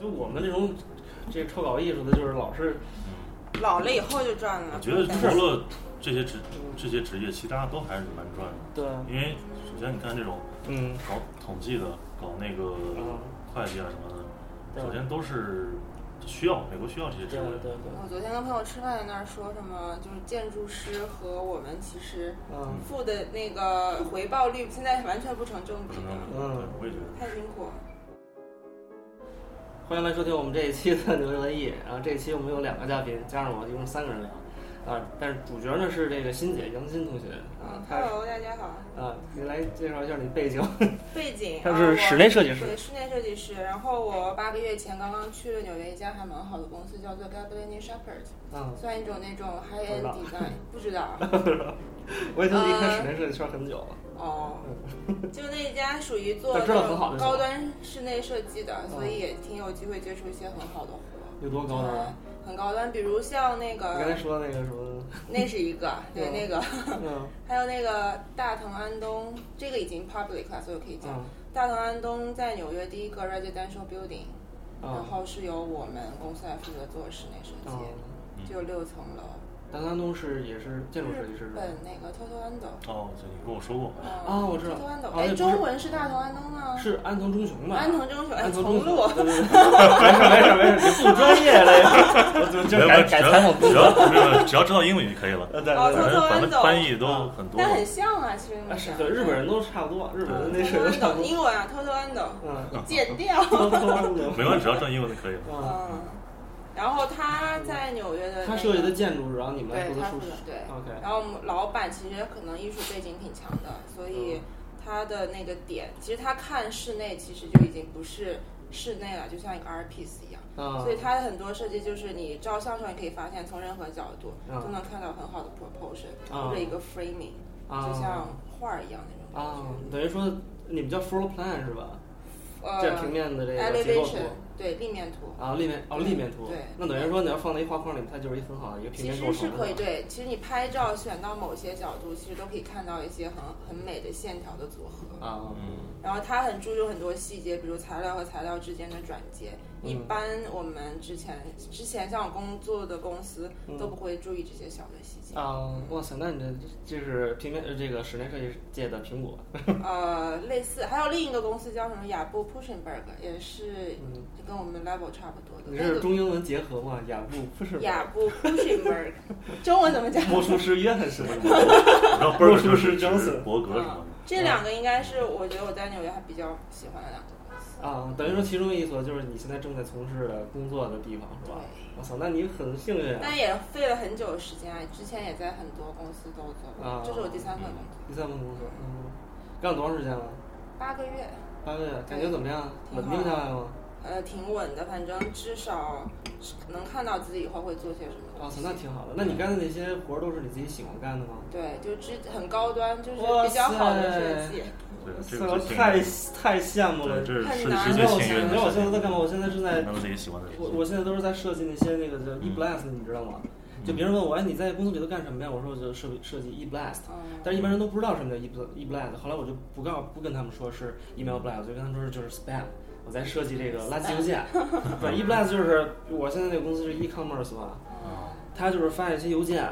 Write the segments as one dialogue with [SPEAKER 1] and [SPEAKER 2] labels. [SPEAKER 1] 就我们那种这臭搞艺术的，就是老是
[SPEAKER 2] 老了以后就赚了。
[SPEAKER 3] 我觉得
[SPEAKER 2] 感
[SPEAKER 3] 除了这些职这些职业，其他都还是蛮赚的。
[SPEAKER 1] 对，
[SPEAKER 3] 因为首先你看这种
[SPEAKER 1] 嗯
[SPEAKER 3] 搞统计的、搞那个
[SPEAKER 1] 嗯
[SPEAKER 3] 会计啊什么的，
[SPEAKER 1] 对
[SPEAKER 3] 首先都是需要美国需要这些职
[SPEAKER 1] 对
[SPEAKER 3] 业。
[SPEAKER 1] 对对，
[SPEAKER 2] 我昨天跟朋友吃饭，在那儿说什么，就是建筑师和我们其实
[SPEAKER 1] 嗯
[SPEAKER 2] 付的那个回报率现在完全不成正
[SPEAKER 3] 不
[SPEAKER 2] 比
[SPEAKER 3] 是那
[SPEAKER 2] 的，
[SPEAKER 1] 嗯
[SPEAKER 3] 么对，我也觉得。
[SPEAKER 2] 太辛苦了。
[SPEAKER 1] 欢迎来收听我们这一期的牛文艺。然后这一期我们有两个嘉宾，加上我一共三个人聊啊。但是主角呢是这个欣姐杨欣同学啊
[SPEAKER 2] 嗯，
[SPEAKER 1] 她是
[SPEAKER 2] ，Hello，大家好。
[SPEAKER 1] 啊，你来介绍一下你背景。 嗯
[SPEAKER 2] 背景，
[SPEAKER 1] 他
[SPEAKER 2] 啊
[SPEAKER 1] 是
[SPEAKER 2] 我
[SPEAKER 1] 室内设计师
[SPEAKER 2] 对，室内设计师。然后我八个月前刚刚去了纽约一家还蛮好的公司，叫做 Gavlin Shepherd，
[SPEAKER 1] 嗯，
[SPEAKER 2] 算一种那种 high
[SPEAKER 1] 知
[SPEAKER 2] end
[SPEAKER 1] 道
[SPEAKER 2] design，不知道。啊
[SPEAKER 1] 我已经离开室内设计圈很久了。
[SPEAKER 2] 哦，就那家属于做
[SPEAKER 1] 但知道很好就行
[SPEAKER 2] 高端室内设计
[SPEAKER 1] 嗯
[SPEAKER 2] 的，所以也挺有机会接触一些很好的活。
[SPEAKER 1] 有多高端啊？
[SPEAKER 2] 很高端，比如像那
[SPEAKER 1] 你刚才
[SPEAKER 2] 个，
[SPEAKER 1] 说的那个什么，
[SPEAKER 2] 那是一 个，对
[SPEAKER 1] 嗯
[SPEAKER 2] 那个，
[SPEAKER 1] 嗯
[SPEAKER 2] 还有那个大藤安东，这个已经 public 了，所以我可以讲。
[SPEAKER 1] 嗯
[SPEAKER 2] 大藤安东在纽约第一个 residential building，、然
[SPEAKER 1] 嗯
[SPEAKER 2] 后是由我们公司来负责做室内设计，
[SPEAKER 1] 嗯，
[SPEAKER 2] 只有六层楼。
[SPEAKER 1] 丹丹东是也是建筑设计师
[SPEAKER 2] 日
[SPEAKER 1] 是吧？
[SPEAKER 2] 本那个 Toto Ando，
[SPEAKER 3] 哦，这你跟我说过，好像
[SPEAKER 1] 啊我知道
[SPEAKER 2] Toto
[SPEAKER 1] 啊
[SPEAKER 2] Ando，
[SPEAKER 1] 那
[SPEAKER 2] 哎，
[SPEAKER 1] 不是
[SPEAKER 2] 中文是大藤安东吗？
[SPEAKER 1] 是安藤忠雄吧？
[SPEAKER 2] 安藤忠雄，哎，
[SPEAKER 1] 安藤
[SPEAKER 2] 重
[SPEAKER 1] 忠雄，
[SPEAKER 2] 录。
[SPEAKER 1] 对对对没事没事没事，你不专业了呀，我就就改改采访部
[SPEAKER 3] 只
[SPEAKER 1] 分。
[SPEAKER 3] 要只要没有只要知道英文就可以了。
[SPEAKER 1] 呃对
[SPEAKER 2] 哦
[SPEAKER 1] 对
[SPEAKER 3] 反
[SPEAKER 1] 对
[SPEAKER 3] 正反
[SPEAKER 2] 安
[SPEAKER 3] 正
[SPEAKER 2] 总
[SPEAKER 3] 翻译都很多
[SPEAKER 2] 但。很像啊，其实
[SPEAKER 1] 啊，
[SPEAKER 2] 你们
[SPEAKER 1] 是
[SPEAKER 2] 想
[SPEAKER 1] 对日本人都差不多，日本人那水
[SPEAKER 2] Toto
[SPEAKER 1] 都差
[SPEAKER 2] Ando，
[SPEAKER 1] 不多。
[SPEAKER 2] 英文啊，Toto Ando，
[SPEAKER 1] 嗯，
[SPEAKER 2] 剪掉。
[SPEAKER 3] 没关系，只要知道英文就可以了。
[SPEAKER 1] 啊，
[SPEAKER 2] 嗯，然后他在纽约的那个、
[SPEAKER 1] 他设计的建筑，然后你们来
[SPEAKER 2] 对
[SPEAKER 1] 负责
[SPEAKER 2] 他
[SPEAKER 1] 数
[SPEAKER 2] 负责
[SPEAKER 1] 学。
[SPEAKER 2] 对
[SPEAKER 1] OK
[SPEAKER 2] 然后我们老板其实可能艺术背景挺强的，所
[SPEAKER 1] 嗯
[SPEAKER 2] 以他的那个点，其实他看室内其实就已经不是室内了，就像一个 art piece 一样。
[SPEAKER 1] 啊
[SPEAKER 2] 所以他的很多设计就是你照相上你可以发现，从任何角度
[SPEAKER 1] 嗯
[SPEAKER 2] 都能看到很好的 proportion、
[SPEAKER 1] 啊
[SPEAKER 2] 或者一个 framing，、
[SPEAKER 1] 啊
[SPEAKER 2] 就像画儿一样那种感
[SPEAKER 1] 啊
[SPEAKER 2] 觉。，
[SPEAKER 1] 等于说你们叫 floor plan 是吧？
[SPEAKER 2] 呃
[SPEAKER 1] 啊这平面的这个结构图
[SPEAKER 2] elevation 对立面图。
[SPEAKER 1] 啊，立面哦立面图。
[SPEAKER 2] 对
[SPEAKER 1] 那等于说你要放在一画框里，它就是一很好的一个平
[SPEAKER 2] 其
[SPEAKER 1] 面构
[SPEAKER 2] 实是
[SPEAKER 1] 成。
[SPEAKER 2] 可以，
[SPEAKER 1] 吧
[SPEAKER 2] 对，其实你拍照选到某些角度，其实都可以看到一些很很美的线条的组合。
[SPEAKER 1] 啊，
[SPEAKER 3] 嗯，
[SPEAKER 2] 然后它很注重很多细节，比如材料和材料之间的转接。
[SPEAKER 1] 嗯
[SPEAKER 2] 一般我们之前之前像我工作的公司
[SPEAKER 1] 嗯
[SPEAKER 2] 都不会注意这些小的细节。
[SPEAKER 1] 啊，哇塞，那你这这是平面呃这个室内设计界的苹果，
[SPEAKER 2] 呃，类似还有另一个公司叫什么雅布 Pushenberg，也是
[SPEAKER 1] 嗯
[SPEAKER 2] 跟我们 level 差不多的。
[SPEAKER 1] 你
[SPEAKER 2] 那
[SPEAKER 1] 是
[SPEAKER 2] 个
[SPEAKER 1] 中英文结合吗？雅布不是
[SPEAKER 2] 雅布 Pushenberg，中文怎么讲？
[SPEAKER 1] 魔术师约翰什么的？
[SPEAKER 3] 然后波尔
[SPEAKER 1] 不
[SPEAKER 3] 什
[SPEAKER 1] 是
[SPEAKER 3] 是
[SPEAKER 1] Johnson
[SPEAKER 3] 伯格什么
[SPEAKER 2] 嗯，这两个应该是我觉得我在纽约还比较喜欢的两个公司。
[SPEAKER 1] 啊，等于说其中一所就是你现在正在从事的工作的地方是吧？
[SPEAKER 2] 对
[SPEAKER 1] 我操，那你很幸运啊！
[SPEAKER 2] 但也费了很久的时间啊，之前也在很多公司都做过，
[SPEAKER 1] 啊
[SPEAKER 2] 这是我第三份工作，
[SPEAKER 1] 第三份工作，嗯，干了多长时间了？
[SPEAKER 2] 八个月，
[SPEAKER 1] 八个月，感觉怎么样？
[SPEAKER 2] 挺
[SPEAKER 1] 稳
[SPEAKER 2] 好
[SPEAKER 1] 定下来吗？
[SPEAKER 2] 呃，挺稳的，反正至少能看到自己以后会做些什么
[SPEAKER 1] 我
[SPEAKER 2] 东
[SPEAKER 1] 哦操
[SPEAKER 2] 西。，
[SPEAKER 1] 那挺好的。那
[SPEAKER 2] 嗯
[SPEAKER 1] 你干的那些活儿都是你自己喜欢干的吗？
[SPEAKER 2] 对，就之很高端，就是
[SPEAKER 1] 哇
[SPEAKER 2] 比较好的
[SPEAKER 1] 塞
[SPEAKER 2] 设计。
[SPEAKER 3] 对，这
[SPEAKER 1] 操
[SPEAKER 3] 个最，幸
[SPEAKER 1] 太
[SPEAKER 3] 运的。
[SPEAKER 1] 太羡慕了
[SPEAKER 3] 对，。这是
[SPEAKER 2] 很
[SPEAKER 3] 设计
[SPEAKER 2] 难
[SPEAKER 3] 师
[SPEAKER 1] 你知
[SPEAKER 3] 最
[SPEAKER 1] 道我
[SPEAKER 3] 幸
[SPEAKER 1] 现
[SPEAKER 3] 运
[SPEAKER 1] 你
[SPEAKER 3] 的
[SPEAKER 1] 知道我
[SPEAKER 3] 事
[SPEAKER 1] 现在
[SPEAKER 3] 情
[SPEAKER 1] 在干嘛？我现在正在
[SPEAKER 3] 能嗯自己喜欢的事
[SPEAKER 1] 我
[SPEAKER 3] 情。
[SPEAKER 1] 我现在都是在设计那些那个叫 e blast，、你知道吗？就
[SPEAKER 3] 嗯
[SPEAKER 1] 别人问我，哎，你在公司里都干什么呀？我说我就设设计 e blast，
[SPEAKER 2] 嗯，
[SPEAKER 1] 但是一般人都不知道什么叫 e bl- e blast。后来我就不告不跟他们说是 email blast，我就跟他们说就是 spam。我在设计这个垃圾邮件， 对 e blast 就是我现在那个公司是 e commerce 嘛，
[SPEAKER 3] 嗯
[SPEAKER 1] 它就是发一些邮件，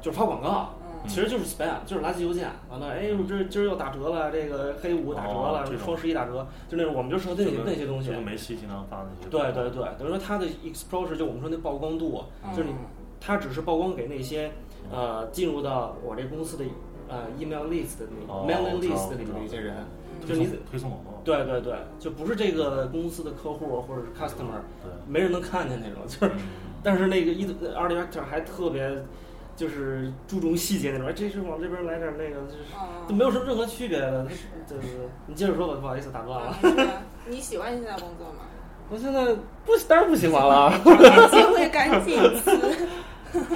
[SPEAKER 1] 就是发广告。
[SPEAKER 2] 嗯
[SPEAKER 1] 其实就是 spam，就是垃圾邮件。完了，哎，我这今儿又打折了，这个黑五打折
[SPEAKER 3] 哦
[SPEAKER 1] 了，
[SPEAKER 3] 这种
[SPEAKER 1] 双十一打折，就那种我们就设计那
[SPEAKER 3] 就跟
[SPEAKER 1] 那些东西啊
[SPEAKER 3] 就。跟梅西经常发的那些。
[SPEAKER 1] 对对对，等于说它的 exposure 就我们说那曝光度，
[SPEAKER 2] 嗯
[SPEAKER 1] 就是你它只是曝光给那些呃进入到我这公司的呃 email list 的那个
[SPEAKER 3] 哦
[SPEAKER 1] mailing
[SPEAKER 3] 我知道
[SPEAKER 1] list
[SPEAKER 3] 我
[SPEAKER 1] 的里
[SPEAKER 3] 知道嗯
[SPEAKER 1] 面那些人，就
[SPEAKER 3] 推
[SPEAKER 1] 你
[SPEAKER 3] 送推送广告。
[SPEAKER 1] 对对对，就不是这个公司的客户或者是 customer，
[SPEAKER 3] 对，
[SPEAKER 1] 没人能看见那种，就是，但是那个一二零点还特别就是注重细节那种，哎，这是往这边来点那个，就是
[SPEAKER 2] 哦
[SPEAKER 1] 都没有什么任何区别的
[SPEAKER 2] 是，
[SPEAKER 1] 对对对，你接着说吧，不好意思打断了，
[SPEAKER 2] 嗯你喜欢现在工作吗？
[SPEAKER 1] 我现在不当然不喜欢了，啊
[SPEAKER 2] 机会赶紧辞。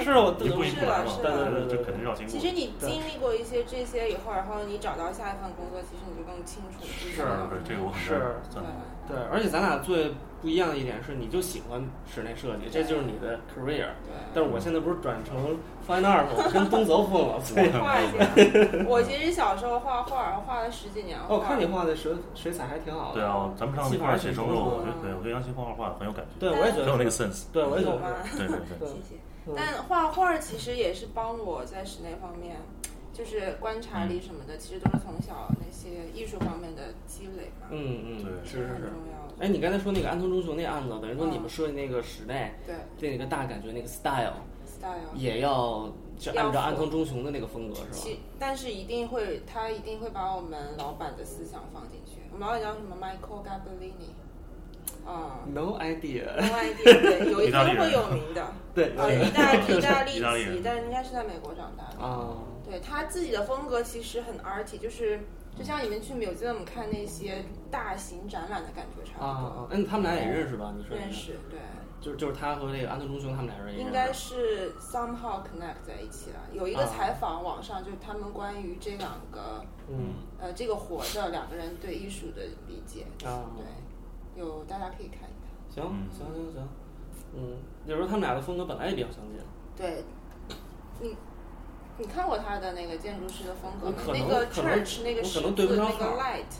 [SPEAKER 1] 是我
[SPEAKER 3] 一步一步来嘛，
[SPEAKER 2] 是
[SPEAKER 1] 的是的
[SPEAKER 3] 对对，这肯定绕经
[SPEAKER 2] 其
[SPEAKER 3] 过。
[SPEAKER 2] 实你经历过一些这些以后，然后你找到下一份工作，其实你就更清楚自己
[SPEAKER 1] 是
[SPEAKER 2] 要什么
[SPEAKER 3] 对，这个我很
[SPEAKER 1] 是
[SPEAKER 3] 赞同。
[SPEAKER 1] 对，而且咱俩最不一样的一点是，你就喜欢室内设计，这就是你的 career。但是我现在不是转成 fine art，我跟东泽混了，所以。
[SPEAKER 2] 画家， 我其实小时候画画，画了十几年画。
[SPEAKER 1] 哦，我看你画的水水彩还挺好的。
[SPEAKER 3] 对啊，咱们上次一块儿写生了，我觉
[SPEAKER 2] 嗯
[SPEAKER 3] 得对，我觉得杨鑫画画画很有感觉，
[SPEAKER 1] 对，我也觉
[SPEAKER 3] 很
[SPEAKER 1] 得
[SPEAKER 3] 有
[SPEAKER 1] 是
[SPEAKER 3] 那个 sense。
[SPEAKER 1] 对，我也觉
[SPEAKER 2] 有
[SPEAKER 1] 得
[SPEAKER 2] 吗
[SPEAKER 1] 是。？
[SPEAKER 3] 对对对，
[SPEAKER 1] 对
[SPEAKER 2] 谢谢。但画画其实也是帮我在室内方面，就是观察力什么的，其实都是从小那些艺术方面的积累嘛，
[SPEAKER 1] 嗯嗯，
[SPEAKER 3] 对
[SPEAKER 1] 是是
[SPEAKER 2] 很
[SPEAKER 1] 是
[SPEAKER 2] 重。要的。
[SPEAKER 1] 哎，你刚才说那个安藤忠雄那案子，等于说
[SPEAKER 2] 嗯
[SPEAKER 1] 你们设计那个室内
[SPEAKER 2] 对
[SPEAKER 1] 那个大感觉那个 style，
[SPEAKER 2] ，style。
[SPEAKER 1] 也要就按照
[SPEAKER 2] 嗯要
[SPEAKER 1] 安藤忠雄的那个风格是吧？
[SPEAKER 2] 其但是一定会，他一定会把我们老板的思想放进去。我们老板叫什么？Michael Gabellini，啊、
[SPEAKER 1] No idea。
[SPEAKER 2] 另外一点对，有一
[SPEAKER 3] 意大利
[SPEAKER 2] 天
[SPEAKER 3] 人
[SPEAKER 2] 会有名的。
[SPEAKER 1] 对
[SPEAKER 2] 啊，意大意大利
[SPEAKER 3] 意大利人
[SPEAKER 2] 籍，但是应该是在美国长大的。
[SPEAKER 1] 啊，
[SPEAKER 2] 对他自己的风格其实很 arty，就是就像你们去 museum 看那些大型展览的感觉
[SPEAKER 1] 啊
[SPEAKER 2] 差不多。
[SPEAKER 1] 啊！嗯，他们俩也认识吧？你说
[SPEAKER 2] 认，识，对，
[SPEAKER 1] 就是就是他和那个安藤忠雄他们俩人也
[SPEAKER 2] 应该
[SPEAKER 1] 认识。
[SPEAKER 2] 是 somehow connect 在一起了。有一
[SPEAKER 1] 啊
[SPEAKER 2] 个采访网上，就是他们关于这两个
[SPEAKER 1] 嗯
[SPEAKER 2] 呃这个活着两个人对艺术的理解，
[SPEAKER 1] 啊，
[SPEAKER 2] 嗯对，有大家可以看一看。
[SPEAKER 1] 行
[SPEAKER 3] 嗯
[SPEAKER 1] 行行行，嗯，有时候他们俩的风格本来也比较相近。
[SPEAKER 2] 对，你你看过他的那个建筑师的风格
[SPEAKER 1] 我
[SPEAKER 2] 吗？
[SPEAKER 1] 可能
[SPEAKER 2] 那个
[SPEAKER 1] 可能
[SPEAKER 2] church 那个
[SPEAKER 1] 我可
[SPEAKER 2] 十
[SPEAKER 1] 能
[SPEAKER 2] 字
[SPEAKER 1] 对不上
[SPEAKER 2] 那
[SPEAKER 1] 号
[SPEAKER 2] 个 light。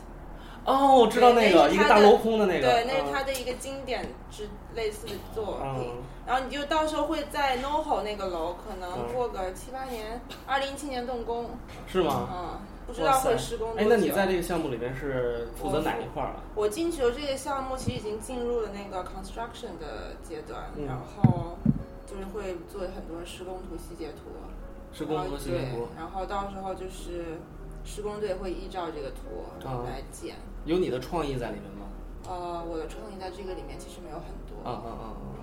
[SPEAKER 1] 哦，我知道那个
[SPEAKER 2] 对那是
[SPEAKER 1] 一
[SPEAKER 2] 他
[SPEAKER 1] 个
[SPEAKER 2] 的
[SPEAKER 1] 大镂空的那个，
[SPEAKER 2] 对，那是
[SPEAKER 1] 嗯
[SPEAKER 2] 他的一个经典之类似的作品。
[SPEAKER 1] 嗯
[SPEAKER 2] 然后你就到时候会在 NoHo 那个楼，可能过个七八年，二零一七年动工，
[SPEAKER 1] 嗯是吗？
[SPEAKER 2] 嗯，不
[SPEAKER 1] 不
[SPEAKER 2] 知道会施工多
[SPEAKER 1] 哎
[SPEAKER 2] 久。，
[SPEAKER 1] 那你在这个项目里面是负责哪一块儿啊？
[SPEAKER 2] 我进去的这个项目其实已经进入了那个 construction 的阶段，
[SPEAKER 1] 嗯
[SPEAKER 2] 然后就是会做很多施工图、细节图，
[SPEAKER 1] 是工和西
[SPEAKER 2] 然后
[SPEAKER 1] 服
[SPEAKER 2] 呃对，，然后到时候就是施工队会依照这个图
[SPEAKER 1] 啊
[SPEAKER 2] 来建。
[SPEAKER 1] 有你的创意在里面吗？
[SPEAKER 2] 呃，我的创意在这个里面其实没有很多。
[SPEAKER 1] 啊啊啊啊！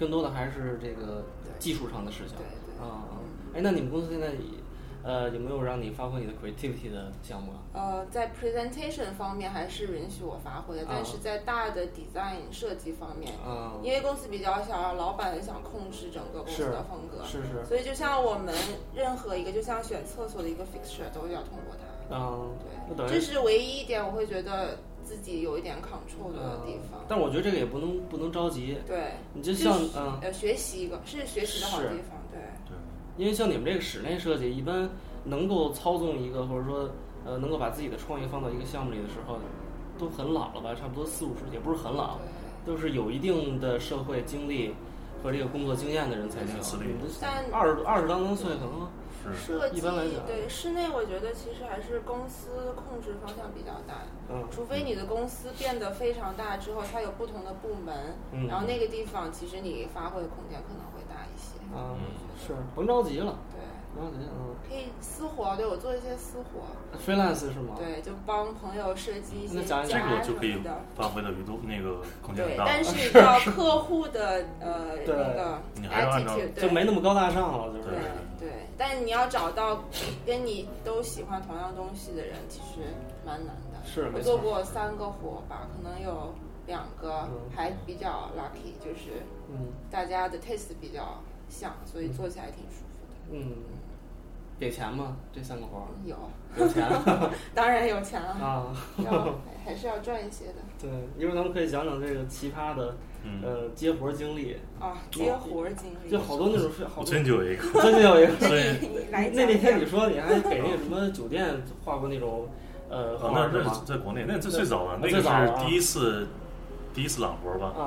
[SPEAKER 1] 更多的还是这个技术上的事情。
[SPEAKER 2] 嗯对对对
[SPEAKER 1] 啊啊！哎，那你们公司现在以呃有没有让你发挥你的 creativity 的项目啊？
[SPEAKER 2] 呃，在 presentation 方面还是允许我发挥的，但是在大的 design 设计方面，
[SPEAKER 1] 啊，
[SPEAKER 2] 因为公司比较小，老板很想控制整个公司
[SPEAKER 1] 是
[SPEAKER 2] 的风格，
[SPEAKER 1] 是是，
[SPEAKER 2] 所以就像我们任何一个，就像选厕所的一个 fixture 都要通过它。
[SPEAKER 1] 嗯，那
[SPEAKER 2] 对，
[SPEAKER 1] 等于
[SPEAKER 2] 这是唯一一点我会觉得自己有一点 control 的
[SPEAKER 1] 嗯
[SPEAKER 2] 地方。
[SPEAKER 1] 但我觉得这个也不能不能着急，
[SPEAKER 2] 对，
[SPEAKER 1] 嗯你就像
[SPEAKER 2] 是
[SPEAKER 1] 嗯，
[SPEAKER 2] 呃，学习一个是学习的好
[SPEAKER 1] 是
[SPEAKER 2] 地方，对。
[SPEAKER 3] 对，
[SPEAKER 1] 因为像你们这个室内设计，一般能够操纵一个，或者说呃能够把自己的创意放到一个项目里的时候，都很老了吧？差不多四五十，也不是很老，都是有一定的社会经历和这个工作经验的人才
[SPEAKER 3] 资
[SPEAKER 1] 行。
[SPEAKER 3] 历
[SPEAKER 1] 你们
[SPEAKER 2] 但
[SPEAKER 1] 二十二十当当岁可能
[SPEAKER 3] 是
[SPEAKER 2] 设计
[SPEAKER 1] 一般来讲
[SPEAKER 2] 对室内，我觉得其实还是公司控制方向比较大。
[SPEAKER 1] 嗯
[SPEAKER 2] 除非你的公司变得非常大之后，它有不同的部门，
[SPEAKER 1] 嗯
[SPEAKER 2] 然后那个地方其实你发挥的空间可能会大一些。
[SPEAKER 1] 啊是甭着急了，
[SPEAKER 2] 对，
[SPEAKER 1] 甭着急嗯
[SPEAKER 2] 可以私活，对我做一些私活，
[SPEAKER 1] ，freelance 是吗？
[SPEAKER 2] 对，就帮朋友设计一些
[SPEAKER 1] 那
[SPEAKER 2] 家
[SPEAKER 1] 讲
[SPEAKER 2] 什
[SPEAKER 3] 这个
[SPEAKER 2] 么
[SPEAKER 3] 就可以
[SPEAKER 2] 的。
[SPEAKER 3] 发挥的余度那个空间
[SPEAKER 2] 对
[SPEAKER 3] 很，大
[SPEAKER 2] 但
[SPEAKER 3] 了。
[SPEAKER 2] 是要客户的 呃那
[SPEAKER 1] 对
[SPEAKER 2] 个
[SPEAKER 3] 你还是按照
[SPEAKER 2] attitude，对
[SPEAKER 1] 就没那么高大上了，就是
[SPEAKER 2] 对对，但你要找到跟你都喜欢同样东西的人，其实蛮难的。
[SPEAKER 1] 是
[SPEAKER 2] 我
[SPEAKER 1] 没
[SPEAKER 2] 做
[SPEAKER 1] 错。
[SPEAKER 2] 过三个活吧，可能有两个
[SPEAKER 1] 嗯
[SPEAKER 2] 还比较 lucky，就是
[SPEAKER 1] 嗯
[SPEAKER 2] 大家的 taste 比较像，所以做起来挺舒服的。
[SPEAKER 1] 嗯，给钱吗？这三个 活儿
[SPEAKER 2] 有，
[SPEAKER 1] 有钱
[SPEAKER 2] 当然有钱了，
[SPEAKER 1] 啊？
[SPEAKER 2] 要 还是要赚一些的
[SPEAKER 1] 对，一会儿咱们可以讲讲这个奇葩的
[SPEAKER 3] 嗯，
[SPEAKER 1] 呃接活儿经历，
[SPEAKER 2] 啊，接活儿经历
[SPEAKER 1] 就。好多那种非好
[SPEAKER 3] 我
[SPEAKER 1] 多
[SPEAKER 3] 最近就有一个，
[SPEAKER 1] 真的有一个。
[SPEAKER 2] 那
[SPEAKER 3] 所以
[SPEAKER 2] 你你 来
[SPEAKER 1] 那
[SPEAKER 2] 讲
[SPEAKER 1] 那
[SPEAKER 2] 一下
[SPEAKER 1] 天你说你还给那个什么酒店画过那种呃
[SPEAKER 3] 啊，
[SPEAKER 1] 画
[SPEAKER 3] 那
[SPEAKER 1] 是
[SPEAKER 3] 那
[SPEAKER 1] 吗
[SPEAKER 3] 是？在国内，那最最早的
[SPEAKER 1] 那
[SPEAKER 3] 那
[SPEAKER 1] 最
[SPEAKER 3] 个
[SPEAKER 1] 早啊
[SPEAKER 3] 是第一次，第一次朗活吧，
[SPEAKER 1] 啊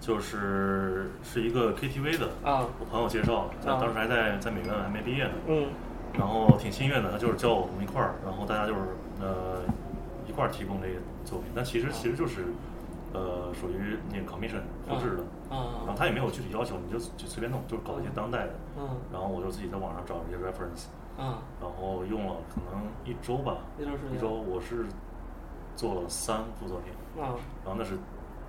[SPEAKER 3] 就是是一个 KTV 的，
[SPEAKER 1] 啊
[SPEAKER 3] 我朋友介绍的，他
[SPEAKER 1] 啊
[SPEAKER 3] 当时还在在美院还没毕业呢，
[SPEAKER 1] 嗯
[SPEAKER 3] 然后挺幸运的，他就是叫我们一块儿，然后大家就是呃一块儿提供这个作品，但其实其实就是呃属于那个 commission 复制的，然后
[SPEAKER 1] 啊
[SPEAKER 3] 他也没有具体要求，你就就随便弄，就是搞一些当代的，
[SPEAKER 1] 嗯
[SPEAKER 3] 然后我就自己在网上找一些 reference，
[SPEAKER 1] 啊，
[SPEAKER 3] 然后用了可能一周吧，
[SPEAKER 1] 那段时间
[SPEAKER 3] 一周我是做了三幅作品，
[SPEAKER 1] 啊，
[SPEAKER 3] 然后那是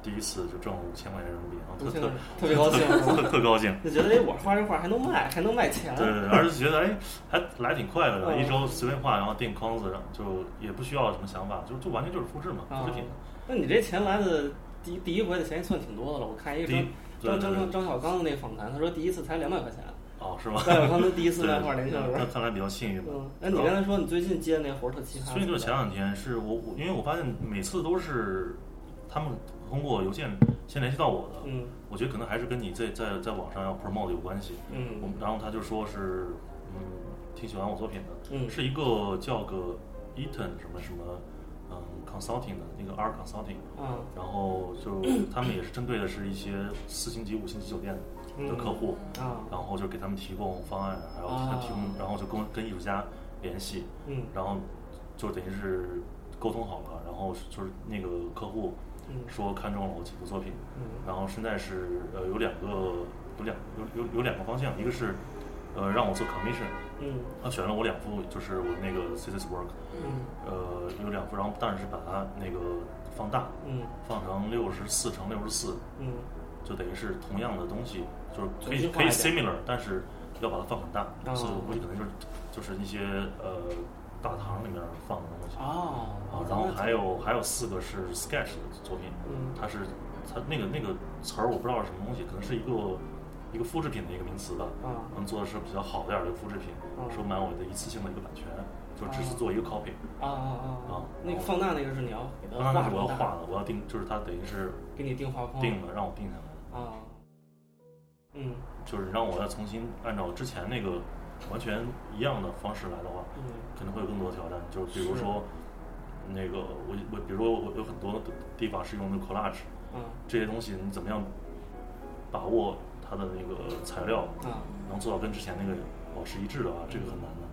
[SPEAKER 3] 第一次就挣了五千块钱人民币，然后
[SPEAKER 1] 我
[SPEAKER 3] 特
[SPEAKER 1] 现在特
[SPEAKER 3] 特
[SPEAKER 1] 别高兴，
[SPEAKER 3] 特特高兴。
[SPEAKER 1] 就觉得哎，我画这画还能卖，还能卖钱。
[SPEAKER 3] 对对，对，而且觉得哎，还来挺快乐的，
[SPEAKER 1] 嗯
[SPEAKER 3] 一周随便画，然后定框子，就也不需要什么想法，就就完全就是复制嘛，
[SPEAKER 1] 啊
[SPEAKER 3] 复制品。
[SPEAKER 1] 那你这钱来的第一第一回的钱也算挺多的了。我看一个
[SPEAKER 3] 第一
[SPEAKER 1] 张张
[SPEAKER 3] 对对
[SPEAKER 1] 张
[SPEAKER 3] 对
[SPEAKER 1] 张小刚的那访谈，他说第一次才两百块钱，
[SPEAKER 3] 哦，是吗？
[SPEAKER 1] 张小刚都第一次
[SPEAKER 3] 对
[SPEAKER 1] 在画连线
[SPEAKER 3] 那
[SPEAKER 1] 是
[SPEAKER 3] 看来比较幸运吧
[SPEAKER 1] 嗯，。哎，你刚才说你最近接的那活儿特奇葩，
[SPEAKER 3] 所以就是前两天是我我，因为我发现每次都是他他们通过邮件先联系到我的，
[SPEAKER 1] 嗯
[SPEAKER 3] 我觉得可能还是跟你在在在网上要 promote 有关系。我
[SPEAKER 1] 嗯
[SPEAKER 3] 们然后他就说是，嗯，挺喜欢我作品的，
[SPEAKER 1] 嗯
[SPEAKER 3] 是一个叫个 Eaton 什么什么，嗯，consulting 的那个 R consulting，
[SPEAKER 1] 啊
[SPEAKER 3] 然后就他们也是针对的是一些四星级、五星级酒店的客户，
[SPEAKER 1] 啊
[SPEAKER 3] 然后就给他们提供方案，然后
[SPEAKER 1] 啊
[SPEAKER 3] 提供，然后就跟跟艺术家联系，
[SPEAKER 1] 嗯
[SPEAKER 3] 然后就等于是沟通好了，然后就是那个客户
[SPEAKER 1] 嗯
[SPEAKER 3] 说看中了我几幅作品，
[SPEAKER 1] 嗯
[SPEAKER 3] 然后现在是呃有两个有两有有有两个方向，一个是呃让我做 commission，
[SPEAKER 1] 嗯
[SPEAKER 3] 他选了我两幅，就是我那个 c i t i s work，
[SPEAKER 1] 嗯
[SPEAKER 3] 呃有两幅，然后当然是把它那个放大，
[SPEAKER 1] 嗯
[SPEAKER 3] 放成六十四乘六十四，
[SPEAKER 1] 嗯
[SPEAKER 3] 就等于是同样的东西，就是可
[SPEAKER 1] 重
[SPEAKER 3] 以
[SPEAKER 1] 新
[SPEAKER 3] 可
[SPEAKER 1] 画
[SPEAKER 3] 以
[SPEAKER 1] 一遍
[SPEAKER 3] similar，但是要把它放很大，
[SPEAKER 1] 哦
[SPEAKER 3] 所以我估计可能就是就是一些呃大堂里面放的东西。
[SPEAKER 1] 哦
[SPEAKER 3] 啊，然后还有还有四个是 sketch 的作品，
[SPEAKER 1] 嗯
[SPEAKER 3] 它是它那个那个词儿我不知道是什么东西，可能是一个一个复制品的一个名词吧。
[SPEAKER 1] 啊
[SPEAKER 3] 能做的是比较好点儿的复制品，
[SPEAKER 1] 嗯
[SPEAKER 3] 收买我的一次性的一个版权，就只是
[SPEAKER 1] 啊
[SPEAKER 3] 做一个 copy。
[SPEAKER 1] 啊啊啊那个放大那个是你要给它
[SPEAKER 3] 当然
[SPEAKER 1] 画哦
[SPEAKER 3] 是哦啊我要
[SPEAKER 1] 成大
[SPEAKER 3] 画的，我要定，就是它等于是
[SPEAKER 1] 给你定画框
[SPEAKER 3] 定了，让我定下来，
[SPEAKER 1] 啊嗯
[SPEAKER 3] 就是让我要重新按照之前那个完全一样的方式来的话，
[SPEAKER 1] 嗯
[SPEAKER 3] 可能会有更多的挑战。就比如
[SPEAKER 1] 是
[SPEAKER 3] 说，那个我我比如说我有很多的地方是用的 collage，
[SPEAKER 1] 啊
[SPEAKER 3] 这些东西你怎么样把握它的那个材料，
[SPEAKER 1] 啊
[SPEAKER 3] 能做到跟之前那个保持一致的话，这个很难的。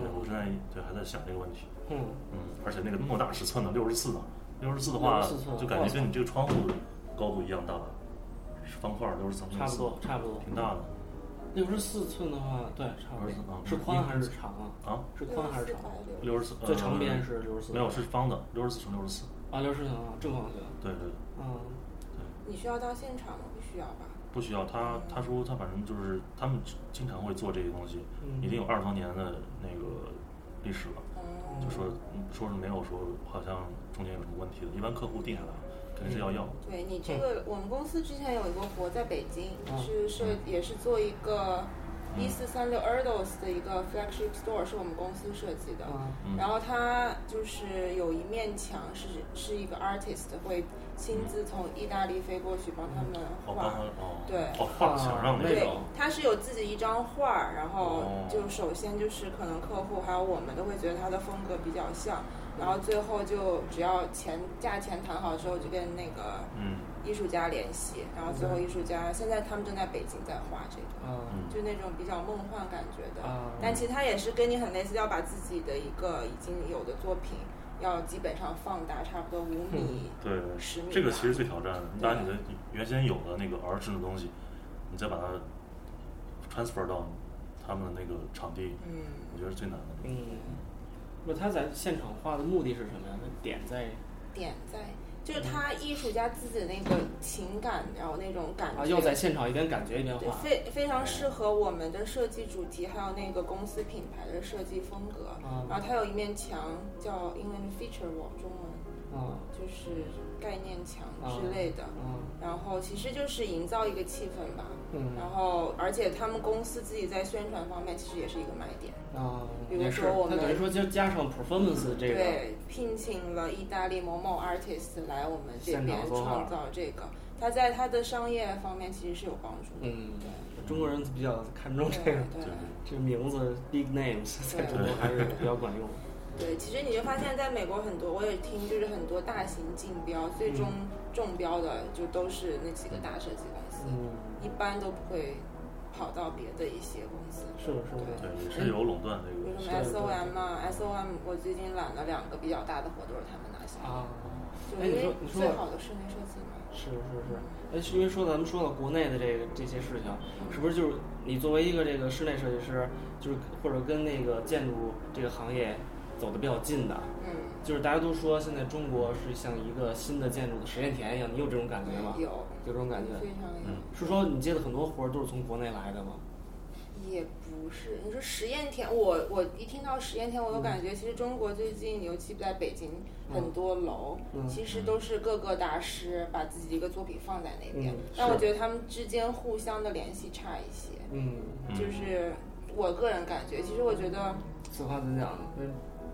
[SPEAKER 3] 对我
[SPEAKER 1] 嗯
[SPEAKER 3] 现在对还在想这个问题，
[SPEAKER 1] 嗯
[SPEAKER 3] 嗯，而且那个莫大尺寸呢，六十四呢，六十四的话
[SPEAKER 1] 64寸
[SPEAKER 3] 就感
[SPEAKER 1] 哇
[SPEAKER 3] 觉
[SPEAKER 1] 塞
[SPEAKER 3] 跟你这个窗户高度一样大吧，是方块六十四，
[SPEAKER 1] 差不多差不多
[SPEAKER 3] 嗯挺大的
[SPEAKER 1] 六十四寸的话对差不多是宽还是长啊
[SPEAKER 3] 啊，
[SPEAKER 1] 是宽还是长
[SPEAKER 3] 六十四呃
[SPEAKER 1] 最长边是六十四
[SPEAKER 3] 没有是方的，六十四乘六十四，
[SPEAKER 1] 啊六十四寸啊正方形
[SPEAKER 3] 对对，
[SPEAKER 1] 嗯
[SPEAKER 2] 你需要到现场吗？不需要吧？
[SPEAKER 3] 不需要他他说他反正就是他们经常会做这个东西，
[SPEAKER 1] 嗯
[SPEAKER 3] 已经有二十多年的那个历史了。
[SPEAKER 2] 嗯，
[SPEAKER 3] 就说嗯说是没有说好像中间有什么问题的，一般客户定下来肯定是
[SPEAKER 2] 嗯
[SPEAKER 3] 要要的。
[SPEAKER 2] 对你这个，我们公司之前有一个活在北京，
[SPEAKER 1] 嗯
[SPEAKER 2] 是设也是做一个一四三六 Erdos 的一个 flagship store，是我们公司设计的。
[SPEAKER 1] 啊
[SPEAKER 3] 嗯
[SPEAKER 2] 然后它就是有一面墙是是一个 artist 会亲自从意大利飞过去帮他们
[SPEAKER 3] 哦，
[SPEAKER 2] 画
[SPEAKER 3] 帮他，哦，
[SPEAKER 2] 对
[SPEAKER 3] 哦，画墙上
[SPEAKER 1] 那
[SPEAKER 3] 那
[SPEAKER 2] 对
[SPEAKER 3] 种，，
[SPEAKER 2] 他是有自己一张画儿，然后
[SPEAKER 3] 哦
[SPEAKER 2] 就首先就是可能客户还有我们都会觉得他的风格比较像，然后最后就只要钱价钱谈好之后，就跟那个
[SPEAKER 3] 嗯
[SPEAKER 2] 艺术家联系，然后最后艺术家现在他们正在北京在画这个，
[SPEAKER 1] 啊
[SPEAKER 3] 嗯，
[SPEAKER 2] 就那种比较梦幻感觉的。
[SPEAKER 1] 啊
[SPEAKER 2] 但其实他也是跟你很类似，要把自己的一个已经有的作品，要基本上放大差不多五米。
[SPEAKER 3] 对
[SPEAKER 2] 十米，
[SPEAKER 3] 这个
[SPEAKER 2] 吧
[SPEAKER 3] 其实最挑战的，你把你的原先有的那个 R 制的东西，你再把它 transfer 到他们的那个场地，
[SPEAKER 2] 嗯，
[SPEAKER 3] 我觉得是最难的。
[SPEAKER 1] 嗯，那他在现场画的目的是什么呀？那点在
[SPEAKER 2] 点在
[SPEAKER 1] 嗯
[SPEAKER 2] 就是他艺术家自己的那个情感，然后那种感觉。
[SPEAKER 1] 啊，要在哎现场一边感觉一边
[SPEAKER 2] 对
[SPEAKER 1] 画。
[SPEAKER 2] 非非常适合我们的设计主题，还有那个公司品牌的设计风格。
[SPEAKER 1] 啊
[SPEAKER 2] 然后它有一面墙叫英文 feature wall，中文
[SPEAKER 1] 啊
[SPEAKER 2] 就是概念墙之类的。
[SPEAKER 1] 啊
[SPEAKER 2] 然后其实就是营造一个气氛吧。
[SPEAKER 1] 嗯
[SPEAKER 2] 然后而且他们公司自己在宣传方面其实也是一个卖点。
[SPEAKER 1] 啊，
[SPEAKER 2] 比如
[SPEAKER 1] 也是
[SPEAKER 2] 说我，
[SPEAKER 1] 他等于
[SPEAKER 2] 们
[SPEAKER 1] 说就加上 performance 这个，
[SPEAKER 2] 对，聘请了意大利某某 artist 来我们这
[SPEAKER 1] 现
[SPEAKER 2] 边
[SPEAKER 1] 场作画
[SPEAKER 2] 创造这个，他在他的商业方面其实是有帮助的。
[SPEAKER 1] 嗯，中国人比较看重这
[SPEAKER 2] 对
[SPEAKER 1] 个
[SPEAKER 2] 对
[SPEAKER 1] 这个名字 big names 在中国还是比较管用。
[SPEAKER 2] 对，其实你就发现，在美国很多，我也听，就是很多大型竞标，最终中标的就都是那几个大设计公司，
[SPEAKER 1] 嗯，
[SPEAKER 2] 一般都不会跑到别的一些公司。
[SPEAKER 1] 是的，是的。
[SPEAKER 3] 对，也是有垄断这
[SPEAKER 2] 比如
[SPEAKER 3] 个嗯
[SPEAKER 1] 是
[SPEAKER 2] 什么
[SPEAKER 1] 的
[SPEAKER 2] S O M 啊，S O M，我最近揽了两个比较大的活都是他们拿下的，
[SPEAKER 1] 啊，
[SPEAKER 2] 就
[SPEAKER 1] 哎，
[SPEAKER 2] 因
[SPEAKER 1] 你
[SPEAKER 2] 为
[SPEAKER 1] 说你说
[SPEAKER 2] 最好的室内设计嘛。
[SPEAKER 1] 是是是，哎，是因为说咱们说到国内的这个这些事情，是不是就是你作为一个这个室内设计师，就是或者跟那个建筑这个行业走的比较近的，
[SPEAKER 2] 嗯，
[SPEAKER 1] 就是大家都说现在中国是像一个新的建筑的实验田一样，你有这种感觉吗？
[SPEAKER 2] 有，
[SPEAKER 1] 有这种感觉。嗯
[SPEAKER 2] 非常有。
[SPEAKER 1] 是说你接的很多活儿都是从国内来的吗？
[SPEAKER 2] 也不是，你说实验田，我我一听到实验田，我就感
[SPEAKER 1] 嗯
[SPEAKER 2] 觉其实中国最近，尤其在北京，很多楼、
[SPEAKER 1] 嗯
[SPEAKER 2] 其实都是各个大师把自己一个作品放在那边，
[SPEAKER 1] 嗯
[SPEAKER 2] 但
[SPEAKER 1] 是
[SPEAKER 2] 我觉得他们之间互相的联系差一些，
[SPEAKER 1] 嗯，
[SPEAKER 2] 就是我个人感觉，其实我觉得
[SPEAKER 1] 自夸自讲，那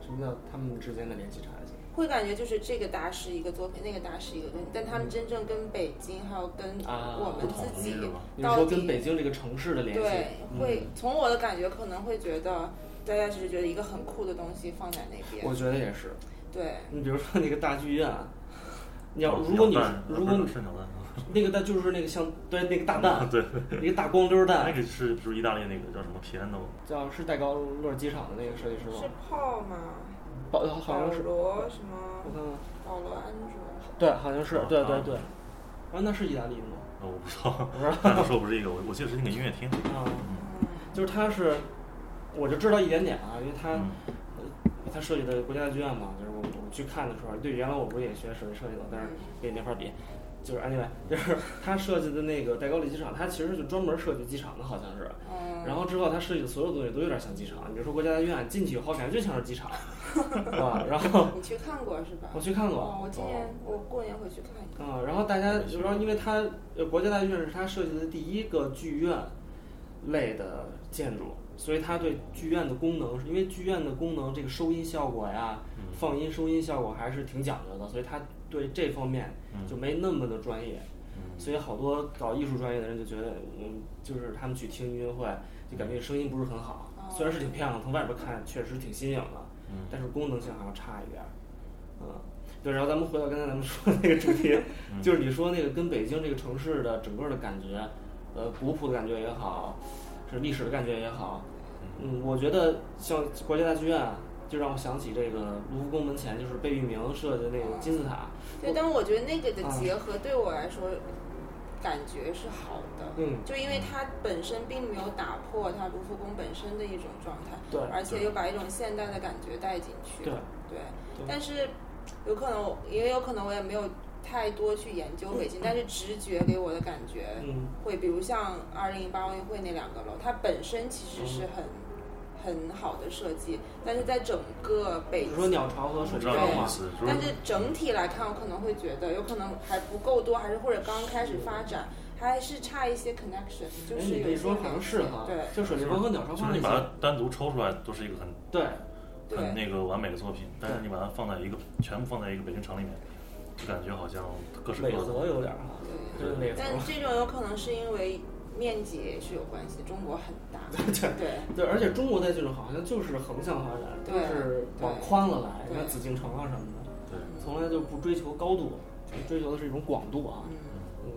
[SPEAKER 1] 什么叫他们之间的联系差一些？
[SPEAKER 2] 会感觉就是这个大师一个作品，那个大师一个作品，但他们真正跟北京还有跟
[SPEAKER 1] 啊
[SPEAKER 2] 我们自己
[SPEAKER 3] 不同是吧
[SPEAKER 1] 你是
[SPEAKER 2] 到
[SPEAKER 1] 说
[SPEAKER 2] 底
[SPEAKER 1] 跟北京这个城市的联系？
[SPEAKER 2] 对，会
[SPEAKER 1] 嗯
[SPEAKER 2] 从我的感觉可能会觉得大家只是觉得一个很酷的东西放在那边
[SPEAKER 1] 我，觉得也是。
[SPEAKER 2] 对，
[SPEAKER 1] 你比如说那个大剧院啊，你要如果
[SPEAKER 3] 哦鸟
[SPEAKER 1] 你
[SPEAKER 3] 蛋
[SPEAKER 1] 如 果
[SPEAKER 3] 不
[SPEAKER 1] 你
[SPEAKER 3] 是是鸟蛋
[SPEAKER 1] 那个蛋就是那个像对那个大蛋
[SPEAKER 3] 吗？，哦
[SPEAKER 1] 一
[SPEAKER 3] 对，
[SPEAKER 1] 个大光溜
[SPEAKER 3] 那
[SPEAKER 1] 蛋，
[SPEAKER 3] 个是不是意大利那个叫什么皮安诺？
[SPEAKER 1] 叫是戴高乐机场的那个设计师
[SPEAKER 2] 是
[SPEAKER 1] 吗？
[SPEAKER 2] 炮吗？
[SPEAKER 1] 保好像
[SPEAKER 2] 保
[SPEAKER 1] 是，
[SPEAKER 2] 罗什
[SPEAKER 1] 我
[SPEAKER 2] 么？
[SPEAKER 1] 看看，
[SPEAKER 2] 保罗安卓。
[SPEAKER 1] 对，好像是
[SPEAKER 3] 啊，
[SPEAKER 1] 对
[SPEAKER 3] 啊
[SPEAKER 1] 对对。啊，那是意大利的吗？
[SPEAKER 3] 呃，我不知 道，
[SPEAKER 1] 不是
[SPEAKER 3] 但是说不是一个，我我记得是那个音乐厅。
[SPEAKER 1] 啊，
[SPEAKER 2] 嗯，
[SPEAKER 1] 就是他是，我就知道一点点啊，因为他、
[SPEAKER 3] 嗯，
[SPEAKER 1] 他设计的国家剧院嘛，就是我我去看的时候，对，原来我不是也学室内设计的，但是
[SPEAKER 2] 嗯
[SPEAKER 1] 也没法比。就是 anyway，就是他设计的那个戴高乐机场，他其实就专门设计机场的，好像是。
[SPEAKER 2] 嗯，
[SPEAKER 1] 然后之后他设计的所有东西都有点像机场，比如说国家剧院进去以后感觉就像是机场，是吧？然后
[SPEAKER 2] 你去看过是吧？
[SPEAKER 1] 我去看过，
[SPEAKER 2] 哦，我今年我过年回去看一看。
[SPEAKER 1] 啊、然后大家，然后因为它呃国家大剧院是它设计的第一个剧院类的建筑，所以它对剧院的功能，因为剧院的功能这个收音效果呀、放音收音效果还是挺讲究的，所以它对这方面
[SPEAKER 3] 嗯
[SPEAKER 1] 就没那么的专业。所以好多搞艺术专业的人就觉得，嗯，就是他们去听音乐会，就感觉声音不是很好，虽然是挺漂亮，从外边看确实挺新颖的，
[SPEAKER 3] 嗯
[SPEAKER 1] 但是功能性还要差一点儿。嗯，对，然后咱们回到刚才咱们说的那个主题，就是你说那个跟北京这个城市的整个的感觉，呃，古朴的感觉也好，是历史的感觉也好，嗯，我觉得像国家大剧院啊，就让我想起这个卢浮宫门前就是贝聿铭设计的那个金字塔，
[SPEAKER 2] 对，但我觉得那个的
[SPEAKER 1] 啊
[SPEAKER 2] 结合对我来说，感觉是好的。
[SPEAKER 1] 嗯
[SPEAKER 2] 就因为它本身并没有打破它卢浮宫本身的一种状态，
[SPEAKER 1] 对
[SPEAKER 2] 而且又把一种现代的感觉带进去，
[SPEAKER 1] 对
[SPEAKER 2] 对但是有可能我，也有可能我也没有太多去研究北京，但是直觉给我的感觉
[SPEAKER 1] 嗯
[SPEAKER 2] 会，比如像二零一八奥运会那两个楼，它本身其实
[SPEAKER 1] 嗯
[SPEAKER 2] 是很、很好的设计，但是在整个北
[SPEAKER 1] 比
[SPEAKER 2] 京
[SPEAKER 1] 如说鸟巢和
[SPEAKER 3] 我
[SPEAKER 1] 水
[SPEAKER 3] 知
[SPEAKER 1] 立
[SPEAKER 3] 道
[SPEAKER 1] 方
[SPEAKER 3] 你意
[SPEAKER 1] 嘛，
[SPEAKER 3] 思，就是
[SPEAKER 2] 但是整体来看，我可能会觉得有可能还不够多，还是或者刚开始发展，还是差一些 connection，就
[SPEAKER 1] 哎，
[SPEAKER 2] 是
[SPEAKER 1] 你
[SPEAKER 2] 有
[SPEAKER 1] 这
[SPEAKER 2] 一
[SPEAKER 1] 一
[SPEAKER 2] 些
[SPEAKER 1] 说好像是哈，
[SPEAKER 2] 对
[SPEAKER 1] 就水立方和鸟巢
[SPEAKER 3] 就
[SPEAKER 1] 放在
[SPEAKER 3] 是你
[SPEAKER 1] 一
[SPEAKER 3] 把它
[SPEAKER 1] 起，
[SPEAKER 3] 单独抽出来都是一个很
[SPEAKER 1] 对，
[SPEAKER 2] 对
[SPEAKER 3] 很那个完美的作品，但是你把它放在一个全部放在一个北京城里面，就感觉好像各是各
[SPEAKER 1] 违和
[SPEAKER 3] 的。
[SPEAKER 1] 有点儿哈，
[SPEAKER 2] 对
[SPEAKER 1] 就是违
[SPEAKER 2] 但
[SPEAKER 1] 和。
[SPEAKER 2] 这种有可能是因为面积也是有关系，中国很大，对
[SPEAKER 1] 对，而且中国在这种好像就是横向发展，都
[SPEAKER 2] 对
[SPEAKER 1] 是
[SPEAKER 2] 对
[SPEAKER 1] 往宽了来，
[SPEAKER 2] 对
[SPEAKER 1] 像紫禁城啊什么的，
[SPEAKER 3] 对，
[SPEAKER 1] 从来就不追求高度，追求的是一种广度啊。
[SPEAKER 2] 嗯，
[SPEAKER 1] 嗯，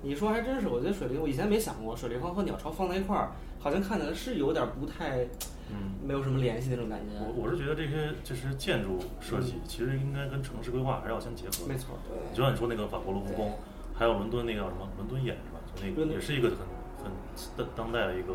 [SPEAKER 1] 你说还真是，我觉得水立，我以前没想过水立方和鸟巢放在一块儿，好像看起来是有点不太
[SPEAKER 3] 嗯。
[SPEAKER 1] 没有什么联系那种感觉。
[SPEAKER 3] 我我是觉得这些就是建筑设计，其实应该跟城市规划还是要相结合。
[SPEAKER 1] 嗯没错，
[SPEAKER 3] 就
[SPEAKER 2] 对
[SPEAKER 3] 像你说那个法国卢浮宫，还有伦敦那个叫什么伦敦眼是吧？就那
[SPEAKER 1] 伦
[SPEAKER 3] 个
[SPEAKER 1] 敦
[SPEAKER 3] 也是一个很很当当代的一个